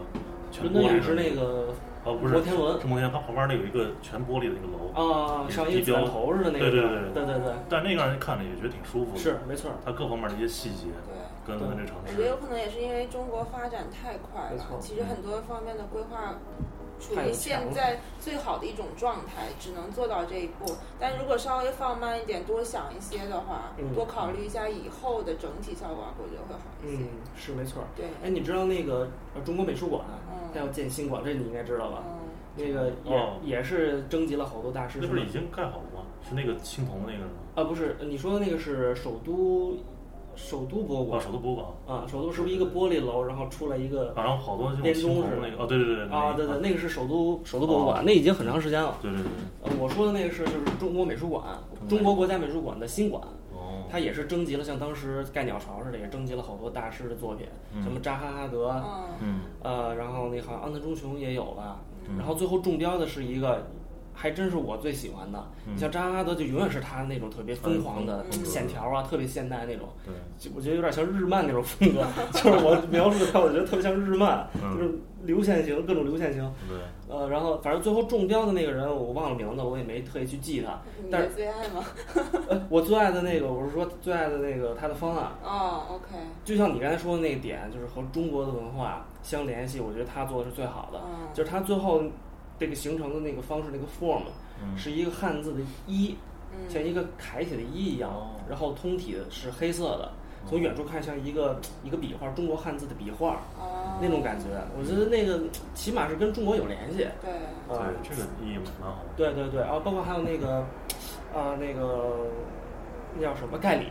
[SPEAKER 3] 全
[SPEAKER 1] 伦
[SPEAKER 3] 玻
[SPEAKER 1] 敦
[SPEAKER 3] 璃
[SPEAKER 1] 也
[SPEAKER 3] 的
[SPEAKER 1] 是那个
[SPEAKER 3] 哦不是
[SPEAKER 1] 摩天轮
[SPEAKER 3] 是摩天轮，它旁边那有一个全玻璃的那个楼，
[SPEAKER 1] 啊，像一个子弹头似的那个，
[SPEAKER 3] 对对
[SPEAKER 1] 对
[SPEAKER 3] 对
[SPEAKER 1] 对对
[SPEAKER 3] 但那个让人看着也觉得挺舒服的。
[SPEAKER 1] 是没错。
[SPEAKER 3] 它各方面的一些细节
[SPEAKER 2] 对。
[SPEAKER 3] 跟
[SPEAKER 1] 对
[SPEAKER 3] 跟这城
[SPEAKER 2] 我觉得有
[SPEAKER 3] 市，
[SPEAKER 2] 可能也是因为中国发展太快
[SPEAKER 1] 没错嗯
[SPEAKER 2] 了，其实很多方面的规划处
[SPEAKER 1] 太有
[SPEAKER 2] 于
[SPEAKER 1] 强
[SPEAKER 2] 现
[SPEAKER 1] 了
[SPEAKER 2] 在最好的一种状态，只能做到这一步。但如果稍微放慢一点，多想一些的话，
[SPEAKER 1] 嗯
[SPEAKER 2] 多考虑一下以后的整体效果，我觉得会好一些
[SPEAKER 1] 嗯。，是没错。
[SPEAKER 2] 对，
[SPEAKER 1] 哎，你知道那个呃中国美术馆
[SPEAKER 2] 嗯
[SPEAKER 1] 它要建新馆，这你应该知道吧？
[SPEAKER 2] 嗯，
[SPEAKER 1] 那个也、
[SPEAKER 3] 哦
[SPEAKER 1] 也是征集了好多大师什
[SPEAKER 3] 那不
[SPEAKER 1] 么，
[SPEAKER 3] 是已经盖好了吗？是那个青铜那个吗？
[SPEAKER 1] 啊，不是你说的那个是首都首都博物
[SPEAKER 3] 啊，
[SPEAKER 1] 馆
[SPEAKER 3] 首都博物馆。
[SPEAKER 1] 啊，首都是不是一个玻璃楼，然后出来一个
[SPEAKER 3] 啊，然后好多这种
[SPEAKER 1] 编
[SPEAKER 3] 青
[SPEAKER 1] 钟
[SPEAKER 3] 铜
[SPEAKER 1] 是
[SPEAKER 3] 那个，哦，对对对对，
[SPEAKER 1] 啊，对
[SPEAKER 3] 对
[SPEAKER 1] 对，那个是首都首都博物馆，
[SPEAKER 3] 哦
[SPEAKER 1] 那已经很长时间了。
[SPEAKER 3] 对对对，
[SPEAKER 1] 呃我说的那个是就是中国美术馆，
[SPEAKER 3] 中国美术
[SPEAKER 1] 中国国家美术馆的新馆，
[SPEAKER 3] 哦，
[SPEAKER 1] 它也是征集了像当时盖鸟巢似的，也征集了好多大师的作品，
[SPEAKER 3] 嗯
[SPEAKER 1] 什么扎哈哈德，
[SPEAKER 2] 嗯，
[SPEAKER 3] 嗯，
[SPEAKER 1] 呃，然后那好像安德忠雄也有吧，然后最后中标的是一个，还真是我最喜欢的。你像扎哈哈德就永远是他那种特别疯狂的
[SPEAKER 3] 嗯
[SPEAKER 1] 线条啊，特别现代那种，
[SPEAKER 3] 对，
[SPEAKER 1] 就我觉得有点像日漫那种风 格，就是我描述他，我觉得特别像日漫，
[SPEAKER 3] 嗯
[SPEAKER 1] 就是流线型，各种流线型。
[SPEAKER 3] 对，
[SPEAKER 1] 呃，然后反正最后中标的那个人我忘了名字了，我也没特意去记他。
[SPEAKER 2] 嗯你
[SPEAKER 1] 但
[SPEAKER 2] 的
[SPEAKER 1] 是
[SPEAKER 2] 最爱吗？
[SPEAKER 1] 呃，我最爱的那个，我是说最爱的那个他的方案，
[SPEAKER 2] 哦，OK，
[SPEAKER 1] 就像你刚才说的那个点，就是和中国的文化相联系，我觉得他做的是最好的。
[SPEAKER 2] 嗯
[SPEAKER 1] 就是他最后这个形成的那个方式，那个 form
[SPEAKER 3] 嗯
[SPEAKER 1] 是一个汉字的“一”，像
[SPEAKER 2] 嗯，
[SPEAKER 1] 一个楷体的“一”一样
[SPEAKER 3] 哦，
[SPEAKER 1] 然后通体是黑色的，从远处看像一个一个笔画，中国汉字的笔画
[SPEAKER 2] 哦，
[SPEAKER 1] 那种感觉。我觉得那个起码是跟中国有联系。
[SPEAKER 2] 对，
[SPEAKER 1] 啊
[SPEAKER 3] 对，这个意义蛮好的。
[SPEAKER 1] 对对对，然后包括还有那个啊、那个那叫什么盖里，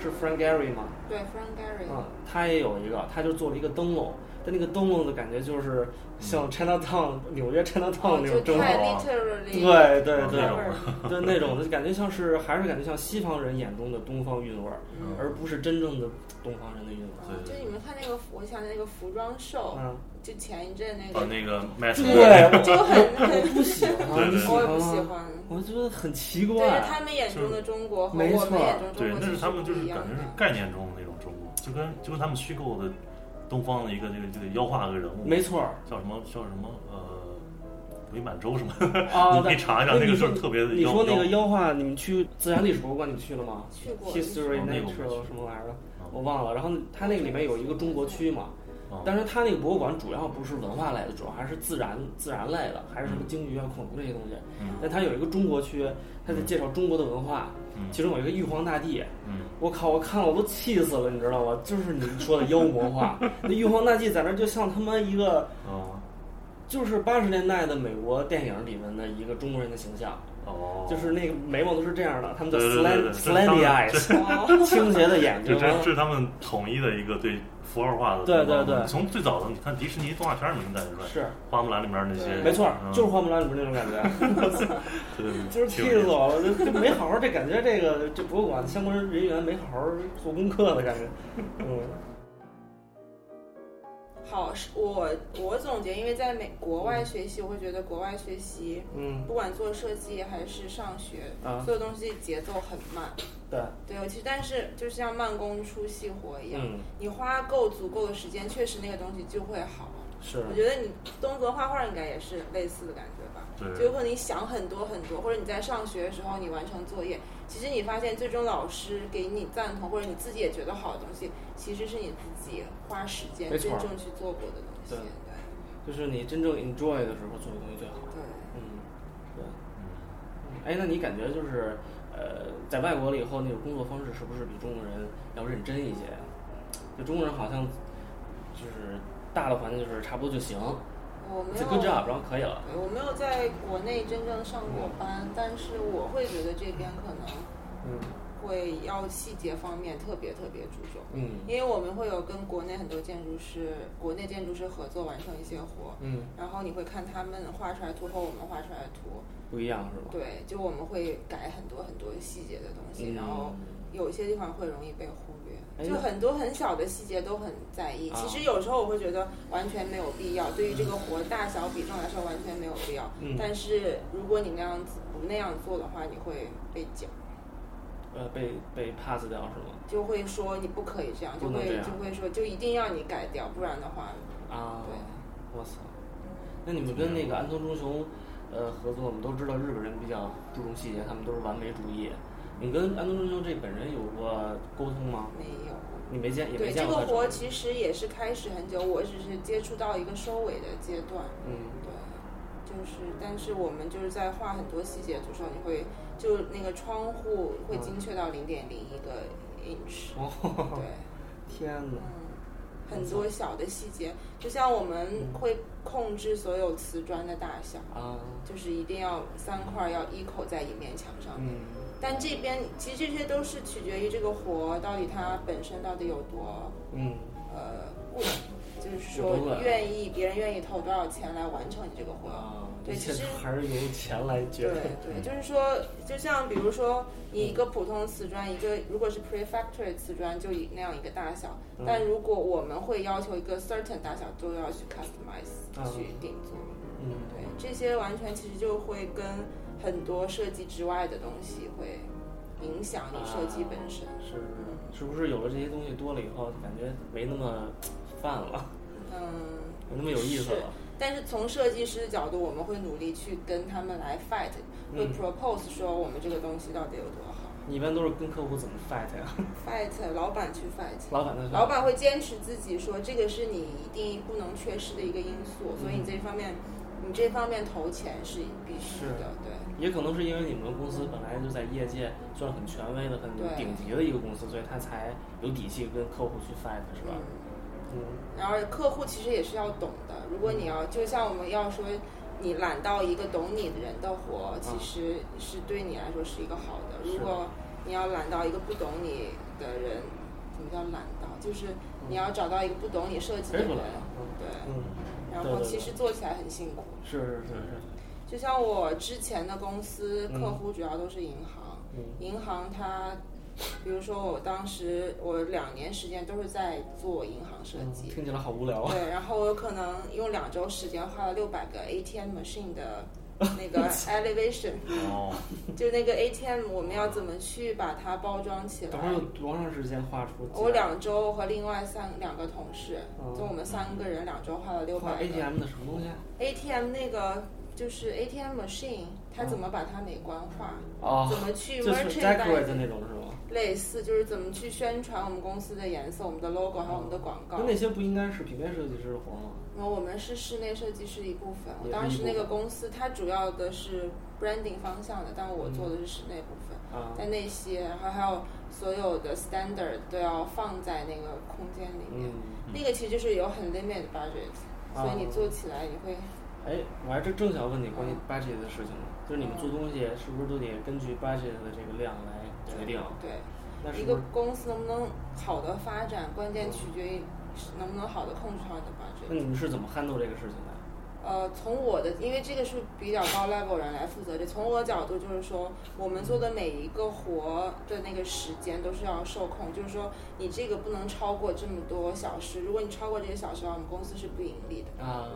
[SPEAKER 1] 是 Frank Gehry 吗？
[SPEAKER 2] 嗯对，Frank Gehry，、
[SPEAKER 1] 啊，他也有一个，他就做了一个灯笼，但那个灯笼的感觉就是
[SPEAKER 3] 嗯
[SPEAKER 1] 像 Chinatown、纽约 Chinatown 哦那
[SPEAKER 2] 就
[SPEAKER 1] 种灯笼，
[SPEAKER 2] 太
[SPEAKER 3] 笼
[SPEAKER 2] literally，
[SPEAKER 1] 对对
[SPEAKER 3] 哦
[SPEAKER 1] 对
[SPEAKER 3] 那种，
[SPEAKER 1] 对那种的感觉像是还是感觉像西方人眼中的东方韵味儿，
[SPEAKER 3] 嗯
[SPEAKER 1] 而不是真正的东方人的韵味儿。
[SPEAKER 2] 就你们看那个服，我想那个服装秀，
[SPEAKER 1] 嗯，
[SPEAKER 2] 就前一阵那
[SPEAKER 3] 啊
[SPEAKER 2] 个，，
[SPEAKER 3] 那个麦斯，
[SPEAKER 1] 对
[SPEAKER 2] 就 很
[SPEAKER 1] 我
[SPEAKER 2] 很，
[SPEAKER 1] 不喜欢，
[SPEAKER 3] 对
[SPEAKER 1] 你
[SPEAKER 3] 对
[SPEAKER 1] 喜
[SPEAKER 2] 我
[SPEAKER 1] 欢
[SPEAKER 2] 也不喜
[SPEAKER 1] 吗？
[SPEAKER 2] 欢。
[SPEAKER 1] 我觉得很奇
[SPEAKER 2] 对
[SPEAKER 1] 怪
[SPEAKER 2] 是。他们眼中的中国和我们
[SPEAKER 1] 没
[SPEAKER 2] 眼
[SPEAKER 1] 错
[SPEAKER 2] 中中国
[SPEAKER 3] 对，那
[SPEAKER 2] 其
[SPEAKER 3] 是
[SPEAKER 2] 实
[SPEAKER 3] 他们就是
[SPEAKER 2] 不一样
[SPEAKER 3] 感觉是
[SPEAKER 2] 的
[SPEAKER 3] 概念中的那种中国，就跟就跟他们虚构的东方的一个这个这个妖化的人物，
[SPEAKER 1] 没错 儿
[SPEAKER 3] 叫什么叫什么呃伪满洲什么，
[SPEAKER 1] 啊，
[SPEAKER 3] 你可以
[SPEAKER 1] 对
[SPEAKER 3] 查一下，那
[SPEAKER 1] 你
[SPEAKER 3] 个
[SPEAKER 1] 说
[SPEAKER 3] 是特别的
[SPEAKER 1] 你
[SPEAKER 3] 妖
[SPEAKER 1] 说那个
[SPEAKER 3] 妖，
[SPEAKER 1] 妖化，你们去自然历史博物馆，你们去了吗
[SPEAKER 2] 去过
[SPEAKER 1] ？History
[SPEAKER 3] 哦那个我没
[SPEAKER 1] Natural
[SPEAKER 3] 去哦
[SPEAKER 1] 什么玩意儿的，我忘了。然后它那个里面有一个中国区嘛，
[SPEAKER 3] 嗯
[SPEAKER 1] 哦但是它那个博物馆主要不是文化类的，主要还是自然自然类的，还是什么鲸鱼啊、恐龙这些东西。
[SPEAKER 3] 嗯
[SPEAKER 1] 但它有一个中国区，它是介绍中国的文化，
[SPEAKER 3] 嗯
[SPEAKER 1] 其中有一个玉皇大帝，
[SPEAKER 3] 嗯
[SPEAKER 1] 我靠，我看了我都气死了，你知道吗？就是你说的妖魔 化，那玉皇大帝在那儿就像他妈一个，
[SPEAKER 3] 哦
[SPEAKER 1] 就是八十年代的美国电影里面的一个中国人的形象，
[SPEAKER 3] 哦，
[SPEAKER 1] 就是那个眉毛都是这样的，他们叫
[SPEAKER 3] 对对对对
[SPEAKER 1] slant
[SPEAKER 3] 对
[SPEAKER 1] slanty
[SPEAKER 3] 对
[SPEAKER 1] eyes，
[SPEAKER 2] 哦，
[SPEAKER 1] 倾斜的眼睛
[SPEAKER 3] 这，真是他们统一的一个对符号化的
[SPEAKER 1] 对
[SPEAKER 3] 东方
[SPEAKER 1] 对对
[SPEAKER 3] 从最早的你看迪士尼动画片儿，你能感觉出来，
[SPEAKER 1] 是
[SPEAKER 3] 花木兰里面那些，
[SPEAKER 1] 没错儿，
[SPEAKER 3] 嗯
[SPEAKER 1] 就是花木兰里面那种感 觉，
[SPEAKER 3] 对对对，
[SPEAKER 1] 就是气
[SPEAKER 3] 挺有
[SPEAKER 1] 死
[SPEAKER 3] 意思
[SPEAKER 1] 我了，就就没好好这感觉，这个这博物馆相关人员没好好做功课的感觉，嗯。
[SPEAKER 2] 好，是我我总结，因为在美国外学习，我会觉得国外学习，
[SPEAKER 1] 嗯
[SPEAKER 2] 不管做设计还是上学，
[SPEAKER 1] 啊，
[SPEAKER 2] 所有东西节奏很慢。
[SPEAKER 1] 对，
[SPEAKER 2] 对，其实但是就是像慢工出细活一样，
[SPEAKER 1] 嗯，
[SPEAKER 2] 你花够足够的时间，确实那个东西就会好。
[SPEAKER 1] 是
[SPEAKER 2] 我觉得你东泽画画应该也是类似的感觉吧，
[SPEAKER 3] 对
[SPEAKER 2] 就有可能你想很多很多，或者你在上学的时候你完成作业，其实你发现最终老师给你赞同，或者你自己也觉得好的东西，其实是你自己花时间
[SPEAKER 1] 没
[SPEAKER 2] 真
[SPEAKER 1] 错
[SPEAKER 2] 正去做过的东西。
[SPEAKER 1] 对
[SPEAKER 2] 对
[SPEAKER 1] 就是你真正 enjoy 的时候做的东西最好。
[SPEAKER 2] 对，
[SPEAKER 1] 嗯，对。
[SPEAKER 3] 嗯
[SPEAKER 1] 哎，那你感觉就是，呃，在外国了以后，那种工作方式是不是比中国人要认真一些呀？就中国人好像就是大的环境就是差不多就行，
[SPEAKER 2] 我没
[SPEAKER 1] 就 good
[SPEAKER 2] 有
[SPEAKER 1] job，然后可以了。
[SPEAKER 2] 对，我没有在国内真正上过班，但是我会觉得这边可能
[SPEAKER 1] 嗯
[SPEAKER 2] 会要细节方面特别特别注重，
[SPEAKER 1] 嗯
[SPEAKER 2] 因为我们会有跟国内很多建筑师、国内建筑师合作完成一些活，
[SPEAKER 1] 嗯，
[SPEAKER 2] 然后你会看他们画出来图和我们画出来的图，
[SPEAKER 1] 不一样是吧？
[SPEAKER 2] 对，就我们会改很多很多细节的东西，
[SPEAKER 1] 嗯
[SPEAKER 2] 然后有一些地方会容易被忽
[SPEAKER 1] 哎
[SPEAKER 2] 略，就
[SPEAKER 1] 那
[SPEAKER 2] 很多很小的细节都很在意。
[SPEAKER 1] 啊
[SPEAKER 2] 其实有时候我会觉得完全没有必要，对于这个活大小比重来说完全没有必要。
[SPEAKER 1] 嗯
[SPEAKER 2] 但是如果你那样子不那样做的话，你会被讲，
[SPEAKER 1] 呃，被被 pass 掉是吗？
[SPEAKER 2] 就会说你不可以这样，
[SPEAKER 1] 不
[SPEAKER 2] 就
[SPEAKER 1] 能
[SPEAKER 2] 会
[SPEAKER 1] 这样
[SPEAKER 2] 就会说就一定要你改掉，不然的话，
[SPEAKER 1] 啊，
[SPEAKER 2] 对，
[SPEAKER 1] 我操！那你们跟那个安藤忠雄，呃，合作，我们都知道日本人比较注重细节，他们都是完美主义。你跟安藤忠雄这本人有过沟通吗？
[SPEAKER 2] 没有。
[SPEAKER 1] 你没见，也没
[SPEAKER 2] 对
[SPEAKER 1] 见
[SPEAKER 2] 这个
[SPEAKER 1] 过他
[SPEAKER 2] 活
[SPEAKER 1] 这
[SPEAKER 2] 其实也是开始很久，我只是接触到一个收尾的阶段。
[SPEAKER 1] 嗯，
[SPEAKER 2] 对，就是，但是我们就是在画很多细节的时候，你会就那个窗户会精确到零点零一个 inch，、
[SPEAKER 1] 嗯哦，
[SPEAKER 2] 对，
[SPEAKER 1] 天
[SPEAKER 2] 嗯
[SPEAKER 1] 哪，，
[SPEAKER 2] 很多小的细节，就像我
[SPEAKER 1] 嗯
[SPEAKER 2] 们会控制所有瓷砖的大小，
[SPEAKER 1] 啊，
[SPEAKER 2] 就是一定要三块要 equal 在一面墙上。
[SPEAKER 1] 嗯，
[SPEAKER 2] 但这边其实这些都是取决于这个活到底它本身到底有多
[SPEAKER 1] 嗯，
[SPEAKER 2] 呃贵，就是
[SPEAKER 1] 有多
[SPEAKER 2] 说
[SPEAKER 1] 贵
[SPEAKER 2] 愿意别人愿意投多少钱来完成你这个活。
[SPEAKER 1] 啊，
[SPEAKER 2] 对
[SPEAKER 1] 一
[SPEAKER 2] 其
[SPEAKER 1] 切
[SPEAKER 2] 实
[SPEAKER 1] 还是由钱来决
[SPEAKER 2] 对
[SPEAKER 1] 定。
[SPEAKER 2] 对，就是说，就像比如说，你一个普通瓷砖，一个如果是 prefecture 瓷砖，就以那样一个大小。
[SPEAKER 1] 嗯
[SPEAKER 2] 但如果我们会要求一个 certain 大小，都要去 customize
[SPEAKER 1] 啊
[SPEAKER 2] 去定做。
[SPEAKER 1] 嗯，
[SPEAKER 2] 对，这些完全其实就会跟很多设计之外的东西会影响你设
[SPEAKER 1] 啊
[SPEAKER 2] 计本身。
[SPEAKER 1] 是是不是有了这些东西多了以后，感觉没那么泛了，
[SPEAKER 2] 嗯，
[SPEAKER 1] 没那么有意思了？
[SPEAKER 2] 但是从设计师的角度，我们会努力去跟他们来 fight，会
[SPEAKER 1] 嗯
[SPEAKER 2] propose 说我们这个东西到底有多好
[SPEAKER 1] 你一般都是跟客户怎么 fight 呀？
[SPEAKER 2] ，fight 老板去 fight。
[SPEAKER 1] 老板的
[SPEAKER 2] 老板会坚持自己说，这个是你一定不能缺失的一个因素，所以你这方面，你这方面投钱是必须的，对
[SPEAKER 1] 也可能是因为你们公司本来就在业界算很权威的、很
[SPEAKER 2] 对
[SPEAKER 1] 顶级的一个公司，所以他才有底气跟客户去 fight，是吧？嗯
[SPEAKER 2] 嗯，然后客户其实也是要懂的，如果你要就像我们要说，你揽到一个懂你的人的活，其实是对你来说是一个好的。
[SPEAKER 1] 嗯是
[SPEAKER 2] 如果你要揽到一个不懂你的人，怎么叫揽到？就是你
[SPEAKER 1] 嗯
[SPEAKER 2] 要找到一个不懂你设计的
[SPEAKER 1] 飞
[SPEAKER 2] 人
[SPEAKER 1] 出来，了，
[SPEAKER 2] 对。
[SPEAKER 1] 嗯，
[SPEAKER 2] 然
[SPEAKER 1] 对
[SPEAKER 2] 后
[SPEAKER 1] 对
[SPEAKER 2] 其实做起来很辛苦，
[SPEAKER 1] 是是是是，
[SPEAKER 2] 就像我之前的公司
[SPEAKER 1] 嗯
[SPEAKER 2] 客户主要都是银行，
[SPEAKER 1] 嗯
[SPEAKER 2] 银行它，比如说我当时我两年时间都是在做银行设
[SPEAKER 1] 嗯，
[SPEAKER 2] 计，
[SPEAKER 1] 听起来好无聊啊，
[SPEAKER 2] 对，然后我有可能用两周时间画了六百个 ATM machine 的那 个 elevation，
[SPEAKER 3] 哦，
[SPEAKER 2] 就是那个 ATM 我们要怎么去把它包装起来
[SPEAKER 1] 等会？儿有多长时间画出几百？
[SPEAKER 2] 我两周和另外三两个同事，
[SPEAKER 1] 哦
[SPEAKER 2] 就我们三个人两周画了六
[SPEAKER 1] 画
[SPEAKER 2] 百个
[SPEAKER 1] ATM 的什么东西啊？
[SPEAKER 2] ATM 那个。就是 ATM machine，它怎么
[SPEAKER 1] 嗯
[SPEAKER 2] 把它美观化？
[SPEAKER 1] 哦
[SPEAKER 2] 怎，么去
[SPEAKER 1] 就是 decorate
[SPEAKER 2] merchandise
[SPEAKER 1] 的那种是吗？
[SPEAKER 2] 类似就是怎么去宣传我们公司的颜色、我们的 logo 还有我们的广告
[SPEAKER 1] 那。那些不应该是平面设计师的活吗？
[SPEAKER 2] 然后我们是室内设计师一部分，
[SPEAKER 1] 也是
[SPEAKER 2] 我
[SPEAKER 1] 一
[SPEAKER 2] 当时那
[SPEAKER 1] 部
[SPEAKER 2] 个
[SPEAKER 1] 分
[SPEAKER 2] 公司它主要的是 branding 方向的，但我做的是室内部分。
[SPEAKER 1] 啊，
[SPEAKER 2] 但那些，然后还有所有的 standard 都要放在那个空间里面。
[SPEAKER 1] 嗯，
[SPEAKER 2] 那个其实就是有很 limit budget，、
[SPEAKER 1] 啊
[SPEAKER 2] 所以你做起来你会
[SPEAKER 1] 哎，我还真正想问你关于 budget 的事情呢，就是你们做东西是不是都得根据 budget 的这个量来决定？啊
[SPEAKER 2] 对
[SPEAKER 1] 那是
[SPEAKER 2] 一
[SPEAKER 1] 不
[SPEAKER 2] 个
[SPEAKER 1] 是？嗯
[SPEAKER 2] 公司能不能好的发展，关键取决于是能不能好的控制好你的 budget。
[SPEAKER 1] 那你们是怎么 handle 这个事情的？
[SPEAKER 2] 呃，从我的，因为这个是比较高 level 人来负责的。从我角度就是说，我们做的每一个活的那个时间都是要受控，就是说你这个不能超过这么多小时。如果你超过这些小时的话，我们公司是不盈利的。
[SPEAKER 1] 啊，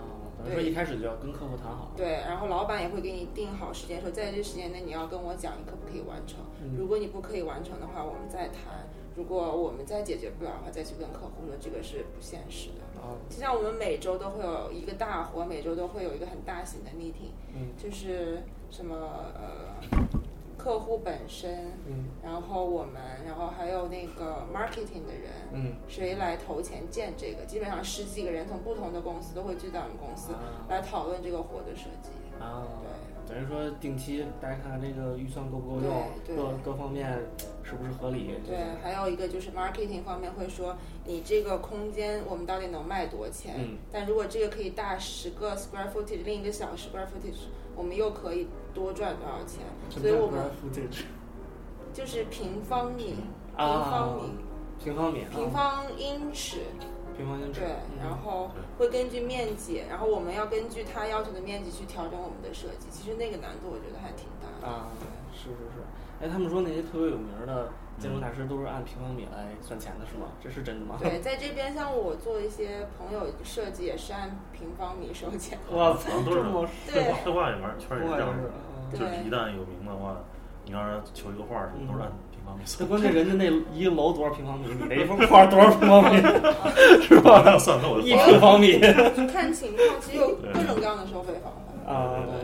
[SPEAKER 1] 等于说一开始就要跟客户谈好。
[SPEAKER 2] 对，然后老板也会给你定好时间，说在这时间内你要跟我讲你可不可以完成。
[SPEAKER 1] 嗯
[SPEAKER 2] 如果你不可以完成的话，我们再谈。如果我们再解决不了的话，再去跟客户说这个是不现实的。
[SPEAKER 1] 啊，
[SPEAKER 2] 就像我们每周都会有一个大活，每周都会有一个很大型的 meeting。
[SPEAKER 1] 嗯
[SPEAKER 2] 就是什么呃，客户本身，
[SPEAKER 1] 嗯
[SPEAKER 2] 然后我们，然后还有那个 marketing 的人，
[SPEAKER 1] 嗯，
[SPEAKER 2] 谁来投钱建这个？基本上十几个人从不同的公司都会聚到我们公司
[SPEAKER 1] 啊
[SPEAKER 2] 来讨论这个活的设计。
[SPEAKER 1] 啊，
[SPEAKER 2] 对，
[SPEAKER 1] 等于说定期大家看看这个预算够不够
[SPEAKER 2] 对
[SPEAKER 1] 用，
[SPEAKER 2] 对
[SPEAKER 1] 各各方面是不是合理？
[SPEAKER 2] 对，还有一个就是 marketing 方面会说，你这个空间我们到底能卖多少钱？
[SPEAKER 1] 嗯
[SPEAKER 2] 但如果这个可以大十个 square footage，另一个小 square footage，我们又可以多赚多少钱？
[SPEAKER 1] 什
[SPEAKER 2] 所
[SPEAKER 1] 么
[SPEAKER 2] 以
[SPEAKER 1] 叫
[SPEAKER 2] 我们
[SPEAKER 1] square footage？
[SPEAKER 2] 就是平方米，平
[SPEAKER 1] 啊
[SPEAKER 2] 方米。，
[SPEAKER 1] 平方米，
[SPEAKER 2] 平
[SPEAKER 1] 啊
[SPEAKER 2] 方英尺，
[SPEAKER 1] 平方英尺，
[SPEAKER 2] 对，
[SPEAKER 1] 嗯
[SPEAKER 2] 然后会根据面积，然后我们要根据他要求的面积去调整我们的设计。其实那个难度我觉得还挺大的。
[SPEAKER 1] 啊，是是是，哎，他们说那些特别有名儿的建筑大师都是按平方米来算钱的，是吗？这是真的吗？
[SPEAKER 2] 对，在这边像我做一些朋友设计也是按平方米收 钱。
[SPEAKER 1] 我操
[SPEAKER 3] 好，像都
[SPEAKER 1] 这
[SPEAKER 3] 是
[SPEAKER 1] 么
[SPEAKER 3] 绘画绘画也玩圈儿也
[SPEAKER 1] 我也
[SPEAKER 3] 是这样
[SPEAKER 1] 是
[SPEAKER 3] 的，。
[SPEAKER 1] 嗯
[SPEAKER 3] 就是
[SPEAKER 2] 对
[SPEAKER 3] 一旦有名的话，你让人求一个画儿什么，都是按
[SPEAKER 1] 嗯
[SPEAKER 3] 平方米
[SPEAKER 1] 那
[SPEAKER 3] 算。
[SPEAKER 1] 关键人家那一个楼多少平方米，你这一幅画多少平方米， 是
[SPEAKER 3] 我
[SPEAKER 1] 吧？
[SPEAKER 3] 要算， 那我就
[SPEAKER 1] 一
[SPEAKER 3] 画了
[SPEAKER 1] 平方米
[SPEAKER 2] 看情况，其实有各种各样的收费方法。
[SPEAKER 1] 啊。
[SPEAKER 2] 对，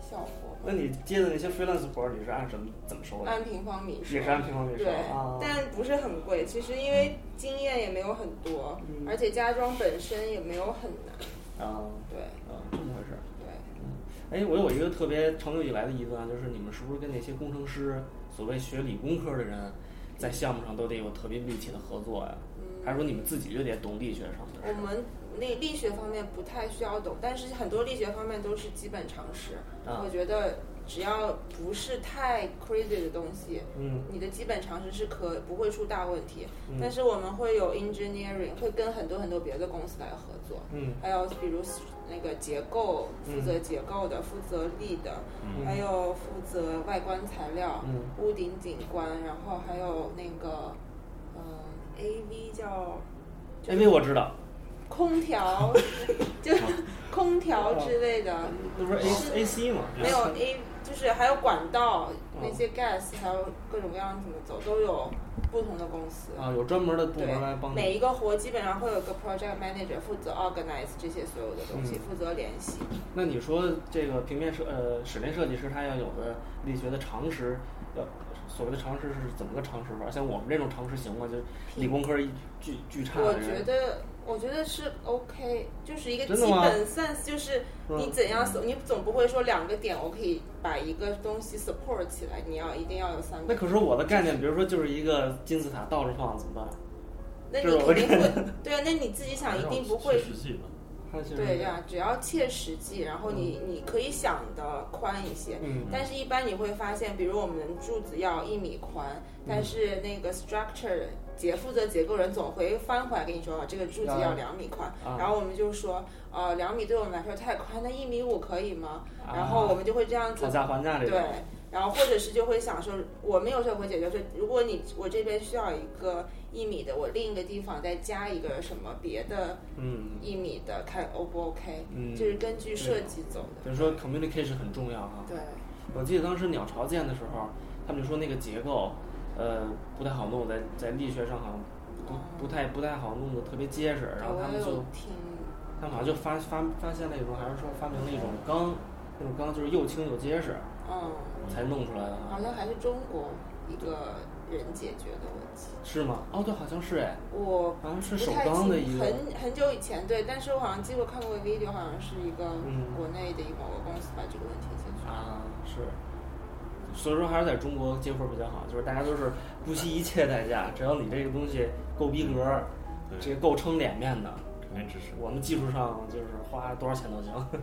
[SPEAKER 2] 效果
[SPEAKER 1] 那你接的那些 freelance 活儿，你是按什么怎么收的？
[SPEAKER 2] 按平方米收
[SPEAKER 1] 也。是按平方米收
[SPEAKER 2] 对
[SPEAKER 1] 啊，？
[SPEAKER 2] 但不是很贵。其实因为经验也没有很多，
[SPEAKER 1] 嗯
[SPEAKER 2] 而且家装本身也没有很难。
[SPEAKER 1] 啊
[SPEAKER 2] 对
[SPEAKER 1] 啊，这么回事儿。
[SPEAKER 2] 对。
[SPEAKER 1] 哎，我有一个特别长久以来的疑问啊，就是你们是不是跟那些工程师，所谓学理工科的人，在项目上都得有特别密切的合作呀、
[SPEAKER 2] 嗯
[SPEAKER 1] 还是说你们自己就得懂力学上的
[SPEAKER 2] 我
[SPEAKER 1] 事？
[SPEAKER 2] 们那力学方面不太需要懂，但是很多力学方面都是基本常识。
[SPEAKER 1] 啊
[SPEAKER 2] 我觉得只要不是太 crazy 的东西，
[SPEAKER 1] 嗯
[SPEAKER 2] 你的基本常识是可不会出大问题。
[SPEAKER 1] 嗯
[SPEAKER 2] 但是我们会有 engineering，会跟很多很多别的公司来合作，
[SPEAKER 1] 嗯
[SPEAKER 2] 还有比如那个结构负责结构的、负责力的，
[SPEAKER 1] 嗯
[SPEAKER 2] 还有负责外观材料、
[SPEAKER 1] 嗯
[SPEAKER 2] 屋顶景观，然后还有那个嗯、A V 叫。
[SPEAKER 1] 因为我知道，
[SPEAKER 2] 空调， 就是空调之类的，
[SPEAKER 1] 那不是 A A C 吗？
[SPEAKER 2] 没有 A，就是还有管道
[SPEAKER 1] 嗯
[SPEAKER 2] 那些 gas，还有各种各样怎么走都有不同的公司。
[SPEAKER 1] 啊，有专门的部
[SPEAKER 2] 对
[SPEAKER 1] 门来，帮
[SPEAKER 2] 每一
[SPEAKER 1] 你。
[SPEAKER 2] 个活基本上会有个 project manager 负责 organize 这些所有的东西，
[SPEAKER 1] 嗯
[SPEAKER 2] 负责联系。
[SPEAKER 1] 那你说这个平面设呃室内设计师他要有的力学的常识，要所谓的常识是怎么个常识法？像我们这种常识行吗？就是理工科一巨巨差
[SPEAKER 2] 我
[SPEAKER 1] 的
[SPEAKER 2] 觉
[SPEAKER 1] 人，
[SPEAKER 2] 得，我觉得是 OK，就是一个
[SPEAKER 1] 真的
[SPEAKER 2] 基
[SPEAKER 1] 吗
[SPEAKER 2] 本 sense，就是你
[SPEAKER 1] 嗯
[SPEAKER 2] 怎样，你总不会说两个点我可以把一个东西 support 起来，你要一定要有三个
[SPEAKER 1] 那可是我的概念，比如说就是一个金字塔倒着放怎么办？
[SPEAKER 2] 那你
[SPEAKER 1] 这是我
[SPEAKER 2] 肯定
[SPEAKER 1] 这
[SPEAKER 2] 会，对啊，那你自己想一定不会
[SPEAKER 3] 实际吧？
[SPEAKER 1] 它其实
[SPEAKER 2] 对呀、只要切实际，然后你、你可以想的宽一些。
[SPEAKER 1] 嗯
[SPEAKER 2] 但是，一般你会发现，比如我们柱子要一米宽，但
[SPEAKER 1] 嗯
[SPEAKER 2] 是那个 structure 结负责结构人总会翻回来跟你说，哦这个柱子要两米宽，
[SPEAKER 1] 啊
[SPEAKER 2] 然后我们就说，呃，两米对我们来说太宽，那一米五可以吗？
[SPEAKER 1] 啊
[SPEAKER 2] 然后我们就会这样子
[SPEAKER 1] 讨价还价这
[SPEAKER 2] 对
[SPEAKER 1] 个，，
[SPEAKER 2] 然后或者是就会想说，我们有时候会解决说，如果你我这边需要一个一米的，我另一个地方再加一个什么别的
[SPEAKER 1] 嗯，
[SPEAKER 2] 一米的，看 O 不 OK？
[SPEAKER 1] 嗯
[SPEAKER 2] 就是根据设计走的。
[SPEAKER 1] 比如说 communication 很重要哈、
[SPEAKER 2] 对，
[SPEAKER 1] 我记得当时鸟巢建的时候，他们就说那个结构，呃，不太好弄，在在力学上好像不不太不太好弄得特别结实，然后他
[SPEAKER 2] 哦我
[SPEAKER 1] 们
[SPEAKER 2] 有
[SPEAKER 1] 就
[SPEAKER 2] 听，
[SPEAKER 1] 他们好像就发发发现了一种，还是说发明了一种钢，那种钢就是又轻又结实
[SPEAKER 2] 嗯，
[SPEAKER 1] 才弄出来的啊哈
[SPEAKER 2] 好，像还是中国一个人解决的问题。
[SPEAKER 1] 是吗？哦，对，好像是哎，
[SPEAKER 2] 我
[SPEAKER 1] 好像是
[SPEAKER 2] 不
[SPEAKER 1] 首
[SPEAKER 2] 太
[SPEAKER 1] 钢的一
[SPEAKER 2] 记，
[SPEAKER 1] 个，
[SPEAKER 2] 很很久以前对，但是我好像记过看过个 video，好像是一个
[SPEAKER 1] 嗯
[SPEAKER 2] 国内的某个公司把这个问题解决。
[SPEAKER 1] 啊，是。所以说还是在中国接活儿比较好，就是大家都是不惜一切代价，只要你这个东西够逼格儿，
[SPEAKER 3] 嗯对
[SPEAKER 1] 这个够撑脸面的，
[SPEAKER 3] 肯定支持。
[SPEAKER 1] 我们技术上就是花多少钱都行。
[SPEAKER 3] 对，